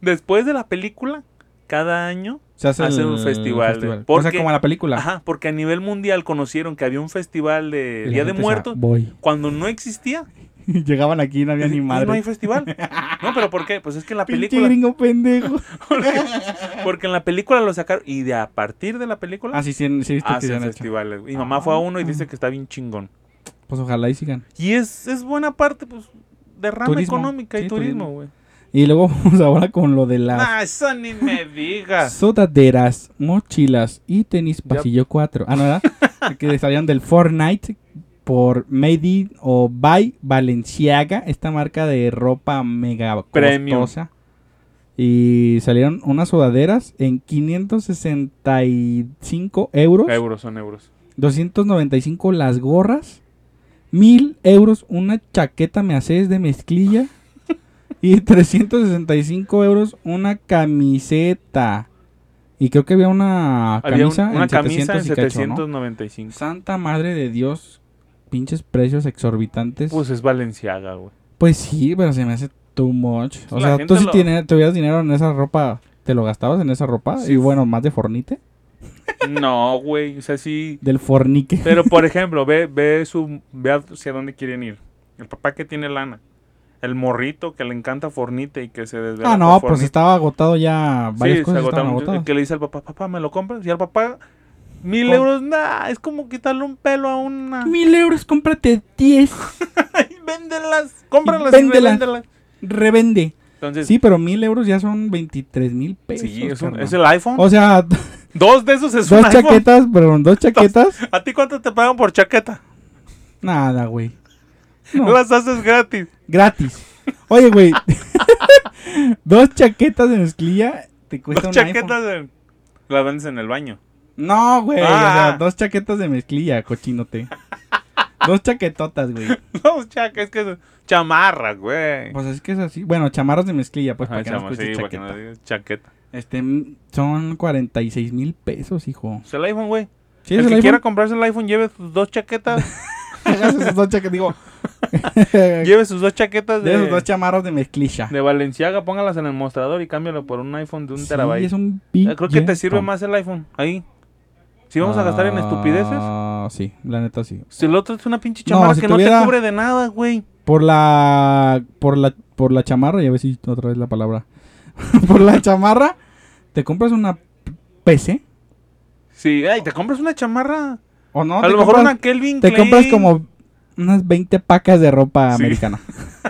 Speaker 2: Después de la película, cada año...
Speaker 1: Se hace
Speaker 2: Hacen un
Speaker 1: el
Speaker 2: festival, güey.
Speaker 1: O sea,
Speaker 2: Porque-
Speaker 1: como la película.
Speaker 2: Ajá, porque a nivel mundial conocieron que había un festival
Speaker 1: Y
Speaker 2: de
Speaker 1: la
Speaker 2: Día de
Speaker 1: gente decía,
Speaker 2: Muertos.
Speaker 1: Voy.
Speaker 2: Cuando no existía,
Speaker 1: Llegaban aquí y no había
Speaker 2: Y
Speaker 1: ni madre.
Speaker 2: no hay festival. No, pero ¿por qué? Pues es que en la
Speaker 1: Pinche
Speaker 2: película...
Speaker 1: gringo pendejo.
Speaker 2: Porque en la película lo sacaron y de a partir de la película...
Speaker 1: Ah, sí, sí, sí, viste que se
Speaker 2: hacen
Speaker 1: han hecho. Ah.
Speaker 2: festivales. Y mamá fue a uno y dice que está bien chingón.
Speaker 1: Pues ojalá y sigan.
Speaker 2: Y es, es buena parte, pues, de rama
Speaker 1: Turismo.
Speaker 2: económica y
Speaker 1: Sí, turismo.
Speaker 2: turismo, güey.
Speaker 1: Y luego vamos ahora con lo de las
Speaker 2: Nah, eso ni me
Speaker 1: Ah.
Speaker 2: digas.
Speaker 1: sudaderas, mochilas y tenis
Speaker 2: Ya.
Speaker 1: pasillo 4. Ah, no, ¿verdad? que salieron del Fortnite por Made in o by Balenciaga, esta marca de ropa mega
Speaker 2: Premium.
Speaker 1: costosa. Y salieron unas sudaderas en 565 euros.
Speaker 2: Euros son euros.
Speaker 1: 295 las gorras, 1000 euros una chaqueta me haces de mezclilla y 365 euros una camiseta. Y creo que había una
Speaker 2: Había un-
Speaker 1: camisa,
Speaker 2: una
Speaker 1: en,
Speaker 2: camisa
Speaker 1: 700
Speaker 2: en
Speaker 1: y cacho, ¿no?
Speaker 2: 795.
Speaker 1: Santa madre de Dios, pinches precios exorbitantes. Pues,
Speaker 2: Pues es Valenciaga, güey.
Speaker 1: sí, pero se me hace too much. O
Speaker 2: La
Speaker 1: sea,
Speaker 2: gente
Speaker 1: tú si
Speaker 2: lo-
Speaker 1: tiene- tuvieras dinero en esa ropa, ¿te lo gastabas en esa ropa?
Speaker 2: Sí.
Speaker 1: Y bueno, más de fornite.
Speaker 2: No, güey, o sea, sí.
Speaker 1: Del fornique.
Speaker 2: Pero, por ejemplo, ve, ve, su, ve hacia dónde quieren ir. El papá que tiene lana. El morrito que le encanta Fornite y que se desvela
Speaker 1: Ah, no,
Speaker 2: por
Speaker 1: pues
Speaker 2: Fornite.
Speaker 1: estaba agotado ya. Varias
Speaker 2: Sí, se
Speaker 1: cosas
Speaker 2: agotaron
Speaker 1: estaban
Speaker 2: mucho.
Speaker 1: agotadas.
Speaker 2: Que le dice al papá, papá, ¿me lo compras? Y al papá, mil
Speaker 1: Com-
Speaker 2: euros, nah, es como quitarle un pelo a una...
Speaker 1: Mil euros, cómprate 10.
Speaker 2: Ay, véndelas, cómpralas
Speaker 1: Y
Speaker 2: y
Speaker 1: véndelas.
Speaker 2: revéndelas.
Speaker 1: Revende.
Speaker 2: Entonces, sí,
Speaker 1: Sí, pero mil euros ya son 23 mil pesos.
Speaker 2: es, un-
Speaker 1: carnal.
Speaker 2: es el iPhone.
Speaker 1: O sea,
Speaker 2: dos de esos es un
Speaker 1: dos
Speaker 2: iPhone.
Speaker 1: chaquetas, perdón, dos chaquetas.
Speaker 2: ¿A ti cuánto te pagan por chaqueta?
Speaker 1: Nada, güey.
Speaker 2: No.
Speaker 1: No,
Speaker 2: Las haces gratis.
Speaker 1: gratis. Oye, güey. dos chaquetas de mezclilla te cuesta
Speaker 2: Dos
Speaker 1: un
Speaker 2: chaquetas
Speaker 1: iPhone.
Speaker 2: de- las vendes en el baño.
Speaker 1: No, güey. O
Speaker 2: Ah.
Speaker 1: sea, dos chaquetas de mezclilla, cochinote. dos chaquetotas, güey.
Speaker 2: Dos chaquetas, es que es chamarra, güey.
Speaker 1: Pues es que es así. Bueno, chamarras de mezclilla, pues
Speaker 2: Ajá,
Speaker 1: para que no
Speaker 2: chama-
Speaker 1: escuches
Speaker 2: sí, para que
Speaker 1: chaqueta.
Speaker 2: no digas chaqueta.
Speaker 1: Este, m- son 46 mil pesos, hijo.
Speaker 2: Es el iPhone, güey.
Speaker 1: Sí,
Speaker 2: el
Speaker 1: es el
Speaker 2: que
Speaker 1: iPhone.
Speaker 2: quiera comprarse el iPhone, lleve sus dos chaquetas.
Speaker 1: Hagas esos dos chaquetas, digo.
Speaker 2: lleve sus dos chaquetas
Speaker 1: de
Speaker 2: de,
Speaker 1: esos dos chamarros de mezclilla.
Speaker 2: de Valenciaga, póngalas en el mostrador y cámbialo por un iPhone de un
Speaker 1: Sí,
Speaker 2: terabyte.
Speaker 1: es un
Speaker 2: Eh, Creo que te sirve
Speaker 1: billete.
Speaker 2: más el iPhone. Ahí. Si vamos a gastar en estupideces.
Speaker 1: Ah, sí, la neta sí.
Speaker 2: Si el otro es una pinche
Speaker 1: No,
Speaker 2: chamarra
Speaker 1: si
Speaker 2: que no
Speaker 1: tuviera-
Speaker 2: te cubre de nada, güey.
Speaker 1: Por la por la por la chamarra, ya ves si otra vez la palabra. por la chamarra te compras una p- PC
Speaker 2: Sí, ay, te compras una chamarra.
Speaker 1: o no,
Speaker 2: a
Speaker 1: te
Speaker 2: lo mejor
Speaker 1: compras,
Speaker 2: una Kelvin
Speaker 1: te
Speaker 2: Klein
Speaker 1: compras como unas 20 pacas de ropa
Speaker 2: Sí.
Speaker 1: americana.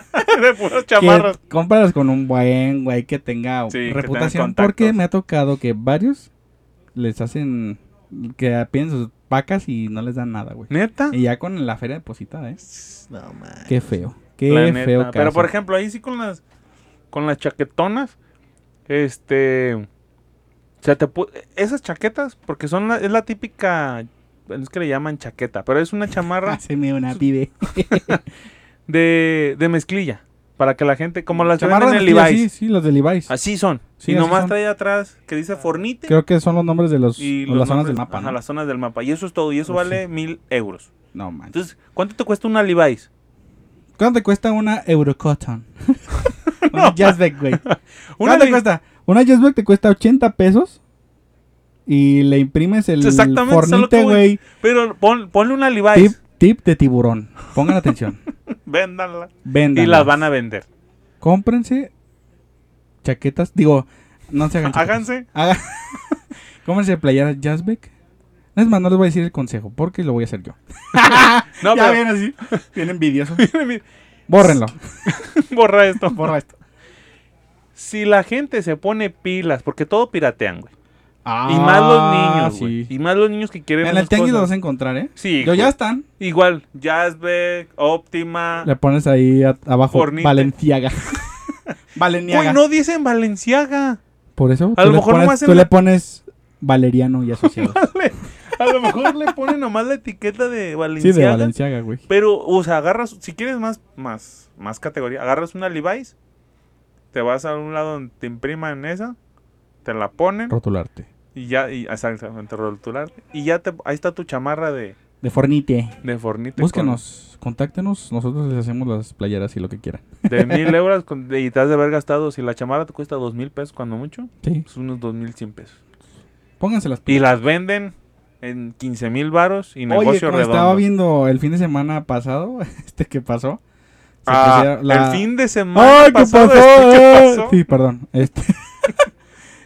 Speaker 2: de puras
Speaker 1: Que
Speaker 2: chamarras.
Speaker 1: cómpralas con un buen güey que tenga
Speaker 2: Sí, que tenga
Speaker 1: reputación.
Speaker 2: contactos.
Speaker 1: porque me ha tocado que varios les hacen que piden sus pacas y no les dan nada, güey.
Speaker 2: ¿Neta?
Speaker 1: Y ya con la feria depositada, ¿eh?
Speaker 2: No, man.
Speaker 1: Qué feo. Qué
Speaker 2: La neta.
Speaker 1: feo
Speaker 2: Pero
Speaker 1: caso.
Speaker 2: por ejemplo, ahí sí con las con las chaquetonas este o sea, te pu- esas chaquetas porque son la, es la típica es que le llaman chaqueta, pero es una chamarra
Speaker 1: Haceme una pibe.
Speaker 2: de, de mezclilla para que la gente como las chamarras
Speaker 1: Chamarras
Speaker 2: en
Speaker 1: de
Speaker 2: el Levi's.
Speaker 1: Levi's, Sí, sí, las de Levi's.
Speaker 2: Así son.
Speaker 1: Sí,
Speaker 2: y
Speaker 1: así
Speaker 2: nomás
Speaker 1: son.
Speaker 2: trae atrás que dice Fornite
Speaker 1: Creo que son los nombres de los,
Speaker 2: y
Speaker 1: o las zonas del
Speaker 2: nombres-
Speaker 1: mapa.
Speaker 2: ajá,
Speaker 1: ¿no?
Speaker 2: las zonas del mapa. Y eso es todo. Y eso
Speaker 1: Pues
Speaker 2: vale mil euros.
Speaker 1: No manches.
Speaker 2: Entonces, ¿cuánto te cuesta una Levi's?
Speaker 1: ¿Cuánto te cuesta una Eurocotton? Una Jazzbeck, güey.
Speaker 2: Una
Speaker 1: ¿Cuánto
Speaker 2: li-
Speaker 1: cuesta? Una Jazzbeck te cuesta 80 pesos y le imprimes el
Speaker 2: Exactamente, es a lo que
Speaker 1: fornite,
Speaker 2: voy.
Speaker 1: güey.
Speaker 2: Pero pon- ponle una
Speaker 1: Tip,
Speaker 2: Levi's,
Speaker 1: tip de tiburón. Pongan atención.
Speaker 2: véndanla.
Speaker 1: Vendan.
Speaker 2: Y las van a vender.
Speaker 1: Cómprense chaquetas. Digo, no se hagan chaquetas.
Speaker 2: Háganse.
Speaker 1: Hagan... Cómprense playeras Jazzbeck. Es más, no les voy a decir el consejo porque lo voy a hacer yo.
Speaker 2: No, pero-
Speaker 1: así. Bien envidioso. Bórrenlo.
Speaker 2: borra esto.
Speaker 1: Borra esto.
Speaker 2: Si la gente se pone pilas, porque todo piratean, güey. y más los niños, güey. Y más los niños que quieren.
Speaker 1: Ah, En el
Speaker 2: esas
Speaker 1: tianguis los
Speaker 2: cosas.
Speaker 1: vas a encontrar, ¿eh?
Speaker 2: Sí,
Speaker 1: Yo
Speaker 2: güey.
Speaker 1: ya están.
Speaker 2: Igual, Jazzbeck, Optima.
Speaker 1: Le pones ahí a- abajo
Speaker 2: Fornite.
Speaker 1: Valenciaga.
Speaker 2: Güey,
Speaker 1: Valeniaga.
Speaker 2: no dicen Valenciaga.
Speaker 1: Por eso
Speaker 2: A
Speaker 1: tú,
Speaker 2: lo
Speaker 1: le,
Speaker 2: mejor
Speaker 1: pones,
Speaker 2: nomás en
Speaker 1: tú
Speaker 2: la-
Speaker 1: le pones Valeriano y asociados.
Speaker 2: Vale. A lo mejor le ponen nomás la etiqueta de
Speaker 1: sí, de
Speaker 2: Valenciaga.
Speaker 1: Valenciaga, güey.
Speaker 2: Pero, o sea, agarras, si quieres más, más, más categoría, agarras una Levi's, te vas a un lado donde te impriman esa, te la ponen
Speaker 1: Rotularte.
Speaker 2: y ya, y, ah, exactamente, rotular, y ya te, ahí está tu chamarra de,
Speaker 1: De Fornite.
Speaker 2: de fornite.
Speaker 1: Búsquenos, contáctenos, nosotros les hacemos las playeras y lo que quieran.
Speaker 2: con- de mil euros con- de- y te has de haber gastado, si la chamarra te cuesta dos mil pesos cuando mucho,
Speaker 1: Sí.
Speaker 2: es unos dos mil cien pesos.
Speaker 1: Pónganse las
Speaker 2: Y las venden en quince mil varos y negocio
Speaker 1: Oye, como
Speaker 2: redondo.
Speaker 1: estaba viendo el fin de semana pasado, este que pasó. se
Speaker 2: Ah,
Speaker 1: pusieron la-
Speaker 2: el fin de semana
Speaker 1: ¡Ay, qué pasó! Eh,
Speaker 2: pasado, ¿qué pasó?
Speaker 1: Sí, perdón. Este...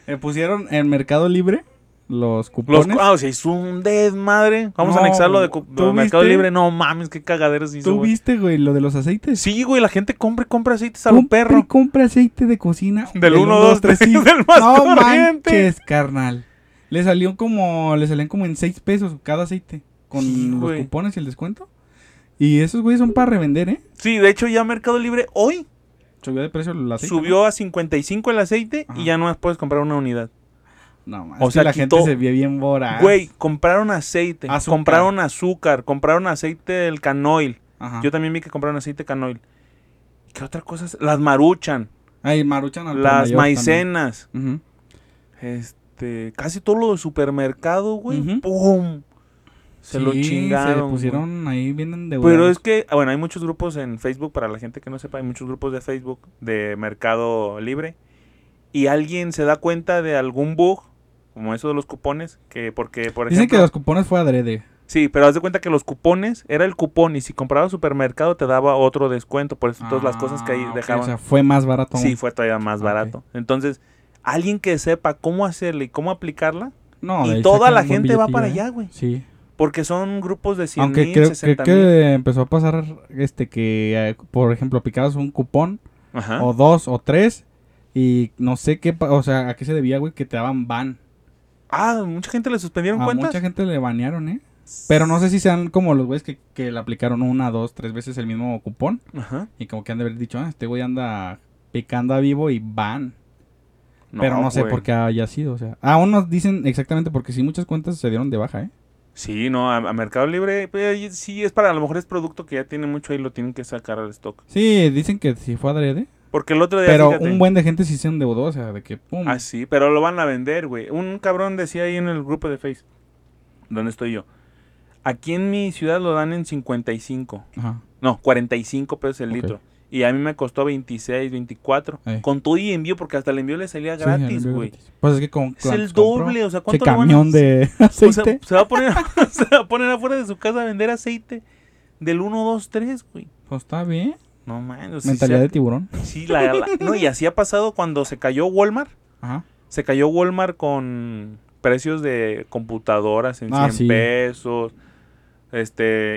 Speaker 1: Me pusieron en Mercado Libre los
Speaker 2: Los,
Speaker 1: cupones.
Speaker 2: ah, o sea, hizo un desmadre. Vamos
Speaker 1: No,
Speaker 2: a anexarlo de, cu-
Speaker 1: ¿tú
Speaker 2: de Mercado
Speaker 1: viste?
Speaker 2: Libre. No mames, qué cagaderos hizo,
Speaker 1: ¿Tú
Speaker 2: güey.
Speaker 1: viste, güey, lo de los aceites?
Speaker 2: Sí, güey, la gente compra y compra aceites a
Speaker 1: Compra
Speaker 2: lo
Speaker 1: y
Speaker 2: perro.
Speaker 1: compra aceite de cocina.
Speaker 2: Del 1, 2, 3,
Speaker 1: sí.
Speaker 2: del más
Speaker 1: no
Speaker 2: corriente.
Speaker 1: manches, carnal. Le salió como, le salían como en 6 pesos cada aceite. Con
Speaker 2: Sí,
Speaker 1: los
Speaker 2: güey.
Speaker 1: cupones y el descuento. Y esos güeyes son para revender, ¿eh?
Speaker 2: Sí, de hecho, ya Mercado Libre hoy
Speaker 1: Subió de precio el aceite.
Speaker 2: subió a 55 el aceite
Speaker 1: ¿Ah, Ajá.
Speaker 2: y ya no más puedes comprar una unidad.
Speaker 1: No, man, es
Speaker 2: O
Speaker 1: que
Speaker 2: sea,
Speaker 1: la
Speaker 2: quitó-
Speaker 1: gente se ve bien voraz.
Speaker 2: Güey, compraron aceite,
Speaker 1: Ah, Azúcar.
Speaker 2: compraron azúcar, compraron aceite del canoil.
Speaker 1: Ajá.
Speaker 2: Yo también vi que compraron aceite canoil. ¿Qué otra cosa? es? Las maruchan,
Speaker 1: Ay, maruchan al por
Speaker 2: las
Speaker 1: mayor Ah, también.
Speaker 2: maicenas.
Speaker 1: Ujú.
Speaker 2: Este, casi todo lo de supermercado, güey.
Speaker 1: Ujú.
Speaker 2: ¡Pum! Se lo
Speaker 1: Sí,
Speaker 2: chingaron.
Speaker 1: Se
Speaker 2: güey.
Speaker 1: pusieron ahí bien endeudados.
Speaker 2: Pero es que, ah, bueno, hay muchos grupos en Facebook, para la gente que no sepa, hay muchos grupos de Facebook de Mercado Libre. Y alguien se da cuenta de algún bug, como eso de los cupones, que porque, por
Speaker 1: Dicen que
Speaker 2: ejemplo...
Speaker 1: los cupones fue adrede.
Speaker 2: Sí, pero haz de cuenta que los cupones, era el cupón, y si comprabas supermercado te daba otro descuento, por eso todas las cosas que ahí
Speaker 1: Ah, ok,
Speaker 2: dejaban.
Speaker 1: o sea, fue más barato. aún.
Speaker 2: sí, fue todavía más
Speaker 1: Ah, ok.
Speaker 2: barato. Entonces, alguien que sepa cómo hacerle y cómo aplicarla,
Speaker 1: No, de
Speaker 2: y
Speaker 1: ahí
Speaker 2: toda
Speaker 1: sacan
Speaker 2: la
Speaker 1: un buen
Speaker 2: gente va
Speaker 1: billetillo,
Speaker 2: para
Speaker 1: ¿eh?
Speaker 2: allá, güey.
Speaker 1: Sí.
Speaker 2: Porque son grupos de 100
Speaker 1: Aunque
Speaker 2: mil,
Speaker 1: creo,
Speaker 2: 60
Speaker 1: creo
Speaker 2: mil.
Speaker 1: que empezó a pasar este que, eh, por ejemplo, picabas un cupón
Speaker 2: Ajá.
Speaker 1: o dos o tres y no sé qué, pa- o sea, a qué se debía, güey, que te daban ban.
Speaker 2: Ah, mucha gente le suspendieron
Speaker 1: A
Speaker 2: cuentas.
Speaker 1: Ah, mucha gente le banearon, ¿eh? Pero no sé si sean como los güeyes que, que le aplicaron una, dos, tres veces el mismo cupón
Speaker 2: Ajá.
Speaker 1: y como que han de haber dicho, ah, este güey anda picando a vivo y ban. Pero no sé
Speaker 2: güey.
Speaker 1: por qué haya sido, o sea. Aún nos dicen exactamente porque sí muchas cuentas se dieron de baja, ¿eh?
Speaker 2: Sí, no, a, a Mercado Libre pues, y- sí es para a lo mejor es producto que ya tiene mucho ahí lo tienen que sacar al stock.
Speaker 1: Sí, dicen que sí fue adrede.
Speaker 2: Porque el otro día
Speaker 1: Pero
Speaker 2: fíjate,
Speaker 1: un buen de gente sí se endeudó, o sea, de que pum.
Speaker 2: Ah, sí, pero lo van a vender, güey. Un cabrón decía ahí en el grupo de Face, donde estoy yo. Aquí en mi ciudad lo dan en 55.
Speaker 1: Ajá.
Speaker 2: No, 45 pesos el
Speaker 1: Ok.
Speaker 2: litro. Y a mí me costó 26, 24.
Speaker 1: Ey.
Speaker 2: Con todo y envío, porque hasta el envío le salía
Speaker 1: Sí,
Speaker 2: gratis,
Speaker 1: el
Speaker 2: güey.
Speaker 1: gratis. Pues es que con
Speaker 2: Es el
Speaker 1: cuántos compró,
Speaker 2: doble, o sea,
Speaker 1: Che
Speaker 2: ¿cuánto lo van a-
Speaker 1: camión de
Speaker 2: o sea,
Speaker 1: aceite.
Speaker 2: Pues se, va a poner, se va a poner afuera de su casa a vender aceite del 1, 2, 3, güey.
Speaker 1: Pues está bien.
Speaker 2: No mames.
Speaker 1: Mentalidad de tiburón.
Speaker 2: Pues Sí, la, la- No, y así ha pasado cuando se cayó Walmart.
Speaker 1: Ajá.
Speaker 2: Se cayó Walmart con precios de computadoras en
Speaker 1: Ah,
Speaker 2: 100
Speaker 1: sí.
Speaker 2: pesos, este,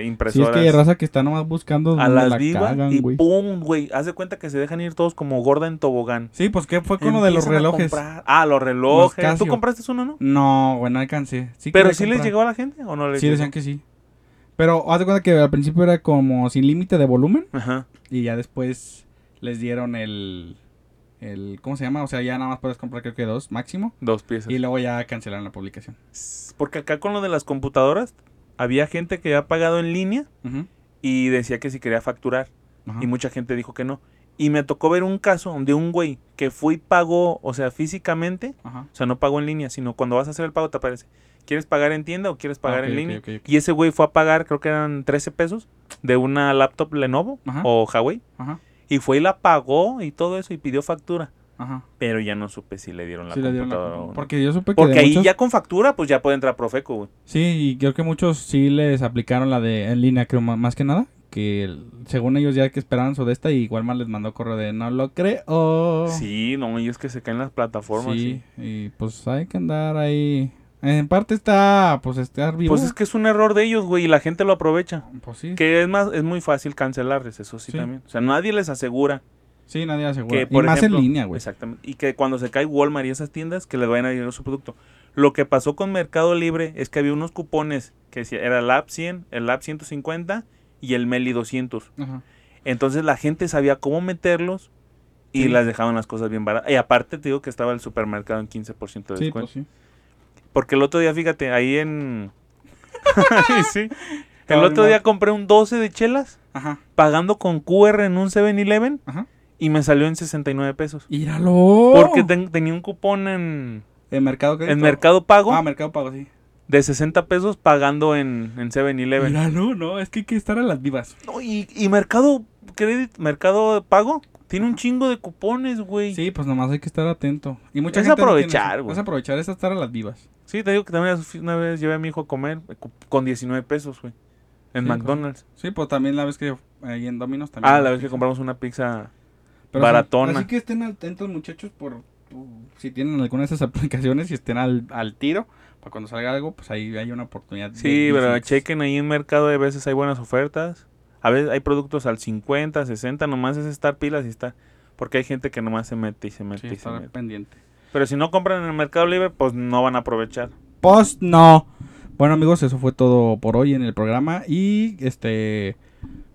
Speaker 1: Sí, es
Speaker 2: impresoras.
Speaker 1: que hay raza que está nomás buscando
Speaker 2: a
Speaker 1: dónde
Speaker 2: las
Speaker 1: la
Speaker 2: vivas
Speaker 1: cagan,
Speaker 2: y
Speaker 1: güey.
Speaker 2: pum, güey. Haz de cuenta que se dejan ir todos como gorda en tobogán.
Speaker 1: Sí, pues ¿qué fue con lo de los
Speaker 2: Empiezan a
Speaker 1: relojes?
Speaker 2: comprar. Ah, los
Speaker 1: Los
Speaker 2: relojes. ¿Tú
Speaker 1: Casio.
Speaker 2: compraste uno, no?
Speaker 1: No, güey, no alcancé. Sí
Speaker 2: Pero
Speaker 1: quería
Speaker 2: sí les
Speaker 1: comprar.
Speaker 2: llegó a la gente o no les
Speaker 1: Sí,
Speaker 2: llegó?
Speaker 1: decían que sí. Pero haz de cuenta que al principio era como sin límite de volumen
Speaker 2: Ajá.
Speaker 1: y ya después les dieron el... el ¿Cómo se llama? O sea, ya nada más puedes comprar creo que dos máximo
Speaker 2: Dos piezas.
Speaker 1: y luego ya cancelaron la publicación.
Speaker 2: Porque acá con lo de las computadoras, había gente que había pagado en línea
Speaker 1: Ujú.
Speaker 2: y decía que si quería facturar.
Speaker 1: Ajá.
Speaker 2: Y mucha gente dijo que no. Y me tocó ver un caso de un güey que fue y pagó, o sea, físicamente,
Speaker 1: Ajá.
Speaker 2: o sea, no pagó en línea, sino cuando vas a hacer el pago te aparece, ¿quieres pagar en tienda o quieres pagar
Speaker 1: Ah, ok,
Speaker 2: en
Speaker 1: ok,
Speaker 2: línea?
Speaker 1: ok, ok.
Speaker 2: Y ese güey fue a pagar, creo que eran 13 pesos, de una laptop Lenovo
Speaker 1: Ajá.
Speaker 2: o Huawei.
Speaker 1: Ajá.
Speaker 2: Y fue y la pagó y todo eso y pidió factura.
Speaker 1: Ajá.
Speaker 2: Pero ya no supe si le dieron la
Speaker 1: Sí, le dieron la
Speaker 2: computadora o
Speaker 1: compu.
Speaker 2: no.
Speaker 1: Porque yo supe que.
Speaker 2: Porque
Speaker 1: de
Speaker 2: ahí
Speaker 1: muchos-
Speaker 2: ya con factura, pues ya puede entrar Profeco, güey.
Speaker 1: Sí, y creo que muchos sí les aplicaron la de en línea, creo, ma- más que nada. Que el- según ellos ya que esperaban su de esta, y Walmart les mandó correo de no lo creo.
Speaker 2: Sí, no, ellos que se caen las plataformas.
Speaker 1: Sí,
Speaker 2: Sí.
Speaker 1: y pues hay que andar ahí. En parte está, pues, estar vivo.
Speaker 2: Pues es que es un error de ellos, güey, y la gente lo aprovecha.
Speaker 1: Pues sí,
Speaker 2: Que es más, es muy fácil cancelarles, eso sí,
Speaker 1: Sí.
Speaker 2: también. O sea, nadie les asegura
Speaker 1: sí, nadie asegura.
Speaker 2: que,
Speaker 1: Y
Speaker 2: por
Speaker 1: más
Speaker 2: ejemplo,
Speaker 1: en línea, güey.
Speaker 2: Exactamente. Y que cuando se cae Walmart y esas tiendas, que les vayan a llegar su producto. Lo que pasó con Mercado Libre es que había unos cupones que decía- era el App 100, el App 150 y el Meli 200.
Speaker 1: Ajá.
Speaker 2: Entonces la gente sabía cómo meterlos y
Speaker 1: Sí.
Speaker 2: las dejaban las cosas bien baratas. Y aparte te digo que estaba el supermercado en 15% de
Speaker 1: Sí,
Speaker 2: descuento.
Speaker 1: pues sí.
Speaker 2: Porque el otro día, fíjate, ahí en... sí. El
Speaker 1: Cabrón,
Speaker 2: otro día
Speaker 1: Mark.
Speaker 2: compré un 12 de chelas
Speaker 1: Ajá,
Speaker 2: pagando con QR en un 7-Eleven
Speaker 1: ajá.
Speaker 2: y me salió en 69 pesos.
Speaker 1: ¡Íralo!
Speaker 2: Porque ten- tenía un cupón en,
Speaker 1: En Mercado Crédito.
Speaker 2: en Mercado Pago
Speaker 1: Ah, Mercado Pago, sí.
Speaker 2: de 60 pesos pagando en, en 7-Eleven.
Speaker 1: Míralo, no, es que hay que estar a las vivas.
Speaker 2: No, y, y Mercado Crédito, Mercado Pago, tiene un chingo de cupones, güey. Sí.
Speaker 1: Sí, pues nomás hay que estar atento. Y mucha
Speaker 2: Es
Speaker 1: gente no tiene
Speaker 2: aprovechar,
Speaker 1: eso.
Speaker 2: güey.
Speaker 1: Es aprovechar, es estar a las vivas.
Speaker 2: te digo que también una vez llevé a mi hijo a comer eh, cu- con 19 pesos, güey. En
Speaker 1: Sí,
Speaker 2: McDonald's.
Speaker 1: Sí, pues también la vez que ahí en Dominos también.
Speaker 2: Ah, la vez que compramos una pizza.
Speaker 1: Pero, o sea,
Speaker 2: baratona.
Speaker 1: Así que estén atentos, muchachos, por por si tienen alguna de esas aplicaciones y estén al, al tiro. Para cuando salga algo, pues ahí hay una oportunidad. de
Speaker 2: Sí, pero
Speaker 1: business.
Speaker 2: chequen ahí en mercado, a veces hay buenas ofertas. A veces hay productos al 50, 60, nomás es estar pilas y estar. Porque hay gente que nomás se mete y se mete
Speaker 1: Sí,
Speaker 2: y se
Speaker 1: estar
Speaker 2: mete.
Speaker 1: pendiente.
Speaker 2: Pero si no compran en el mercado libre, pues no van a aprovechar.
Speaker 1: Post Pues, no. Bueno amigos, eso fue todo por hoy en el programa y este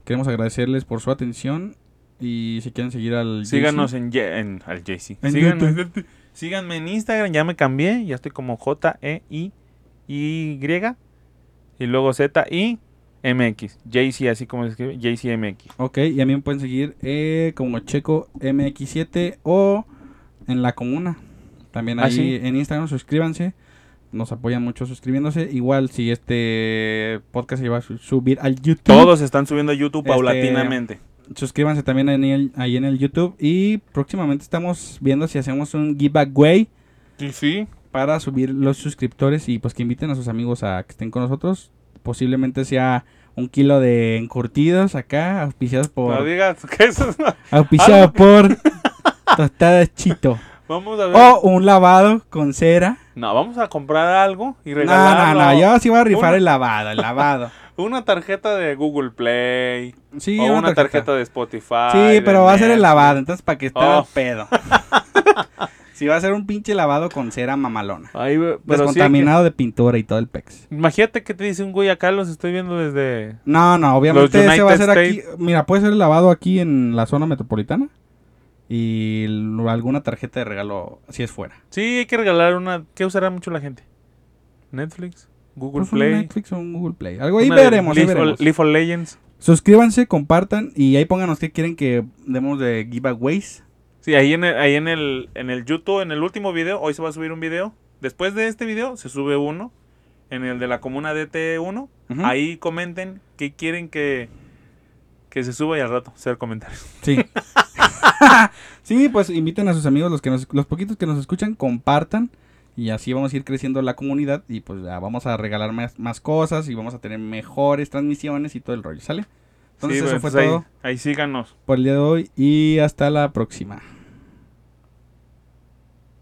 Speaker 1: queremos agradecerles por su atención y si quieren seguir al
Speaker 2: Síganos
Speaker 1: Jason,
Speaker 2: en, Ye- en al JC.
Speaker 1: En
Speaker 2: Síganos-
Speaker 1: Twitter.
Speaker 2: síganme en Instagram, ya me cambié, ya estoy como J E I Y y luego Z I M X. JC así como se escribe, JCMX.
Speaker 1: Ok, y a mí me pueden seguir eh, como Checo MX7 o en la comuna. También
Speaker 2: Ah,
Speaker 1: ahí
Speaker 2: sí.
Speaker 1: en Instagram suscríbanse. Nos apoyan mucho suscribiéndose. Igual si este podcast se va a su- subir al YouTube.
Speaker 2: Todos están subiendo a YouTube
Speaker 1: Este,
Speaker 2: paulatinamente.
Speaker 1: suscríbanse también en el- ahí en el YouTube. Y próximamente estamos viendo si hacemos un giveaway.
Speaker 3: Sí,
Speaker 1: pues
Speaker 3: sí.
Speaker 1: para subir los suscriptores y pues que inviten a sus amigos a que estén con nosotros. Posiblemente sea un kilo de encurtidos acá, auspiciados
Speaker 2: No
Speaker 1: por,
Speaker 2: digas que eso no-
Speaker 1: auspiciado
Speaker 2: algo
Speaker 1: por tostadas chito.
Speaker 2: Vamos a ver.
Speaker 1: O un lavado con cera.
Speaker 2: No, vamos a comprar algo y
Speaker 1: No,
Speaker 2: regalarlo.
Speaker 1: no, no, yo sí voy a rifar
Speaker 2: Una-
Speaker 1: el lavado, el lavado.
Speaker 2: Una tarjeta de Google Play
Speaker 1: Sí,
Speaker 2: o una, tarjeta. de Spotify.
Speaker 1: Sí,
Speaker 2: de
Speaker 1: pero va a ser el
Speaker 2: Netflix.
Speaker 1: lavado, entonces para que esté al
Speaker 2: Oh.
Speaker 1: pedo. Sí, va a ser un pinche lavado con cera mamalona.
Speaker 2: Ahí, pero sí hay que-
Speaker 1: Descontaminado de pintura y todo el pex.
Speaker 2: Imagínate que te dice un güey acá, los estoy viendo desde.
Speaker 1: No, no, obviamente
Speaker 2: Los
Speaker 1: ese va a ser
Speaker 2: United
Speaker 1: aquí. Mira, puede ser lavado aquí en la zona metropolitana. Y l- alguna tarjeta de regalo si es fuera.
Speaker 2: Sí, hay que regalar una. ¿Qué usará mucho la gente? Netflix, Google
Speaker 1: Pues un
Speaker 2: Play.
Speaker 1: Netflix o un Google Play. Algo ahí
Speaker 2: una de
Speaker 1: veremos, ahí
Speaker 2: League of-
Speaker 1: veremos.
Speaker 2: League of Legends.
Speaker 1: Suscríbanse, compartan y ahí pónganos qué quieren que demos de giveaways.
Speaker 2: Sí, ahí en el, ahí en el, en el YouTube, en el último video, hoy se va a subir un video. Después de este video se sube uno. En el de la comuna DT1.
Speaker 1: Ujú.
Speaker 2: Ahí comenten qué quieren que, que se suba y al rato hacer comentarios.
Speaker 1: Sí. sí, pues inviten a sus amigos, los, que nos- los poquitos que nos escuchan, compartan. Y así vamos a ir creciendo la comunidad y pues ya vamos a regalar más, más cosas y vamos a tener mejores transmisiones y todo el rollo, ¿sale? Entonces
Speaker 2: Sí, pues,
Speaker 1: eso
Speaker 2: bueno,
Speaker 1: fue
Speaker 2: entonces ahí-
Speaker 1: todo.
Speaker 2: ahí síganos.
Speaker 1: por el día de hoy y hasta la próxima.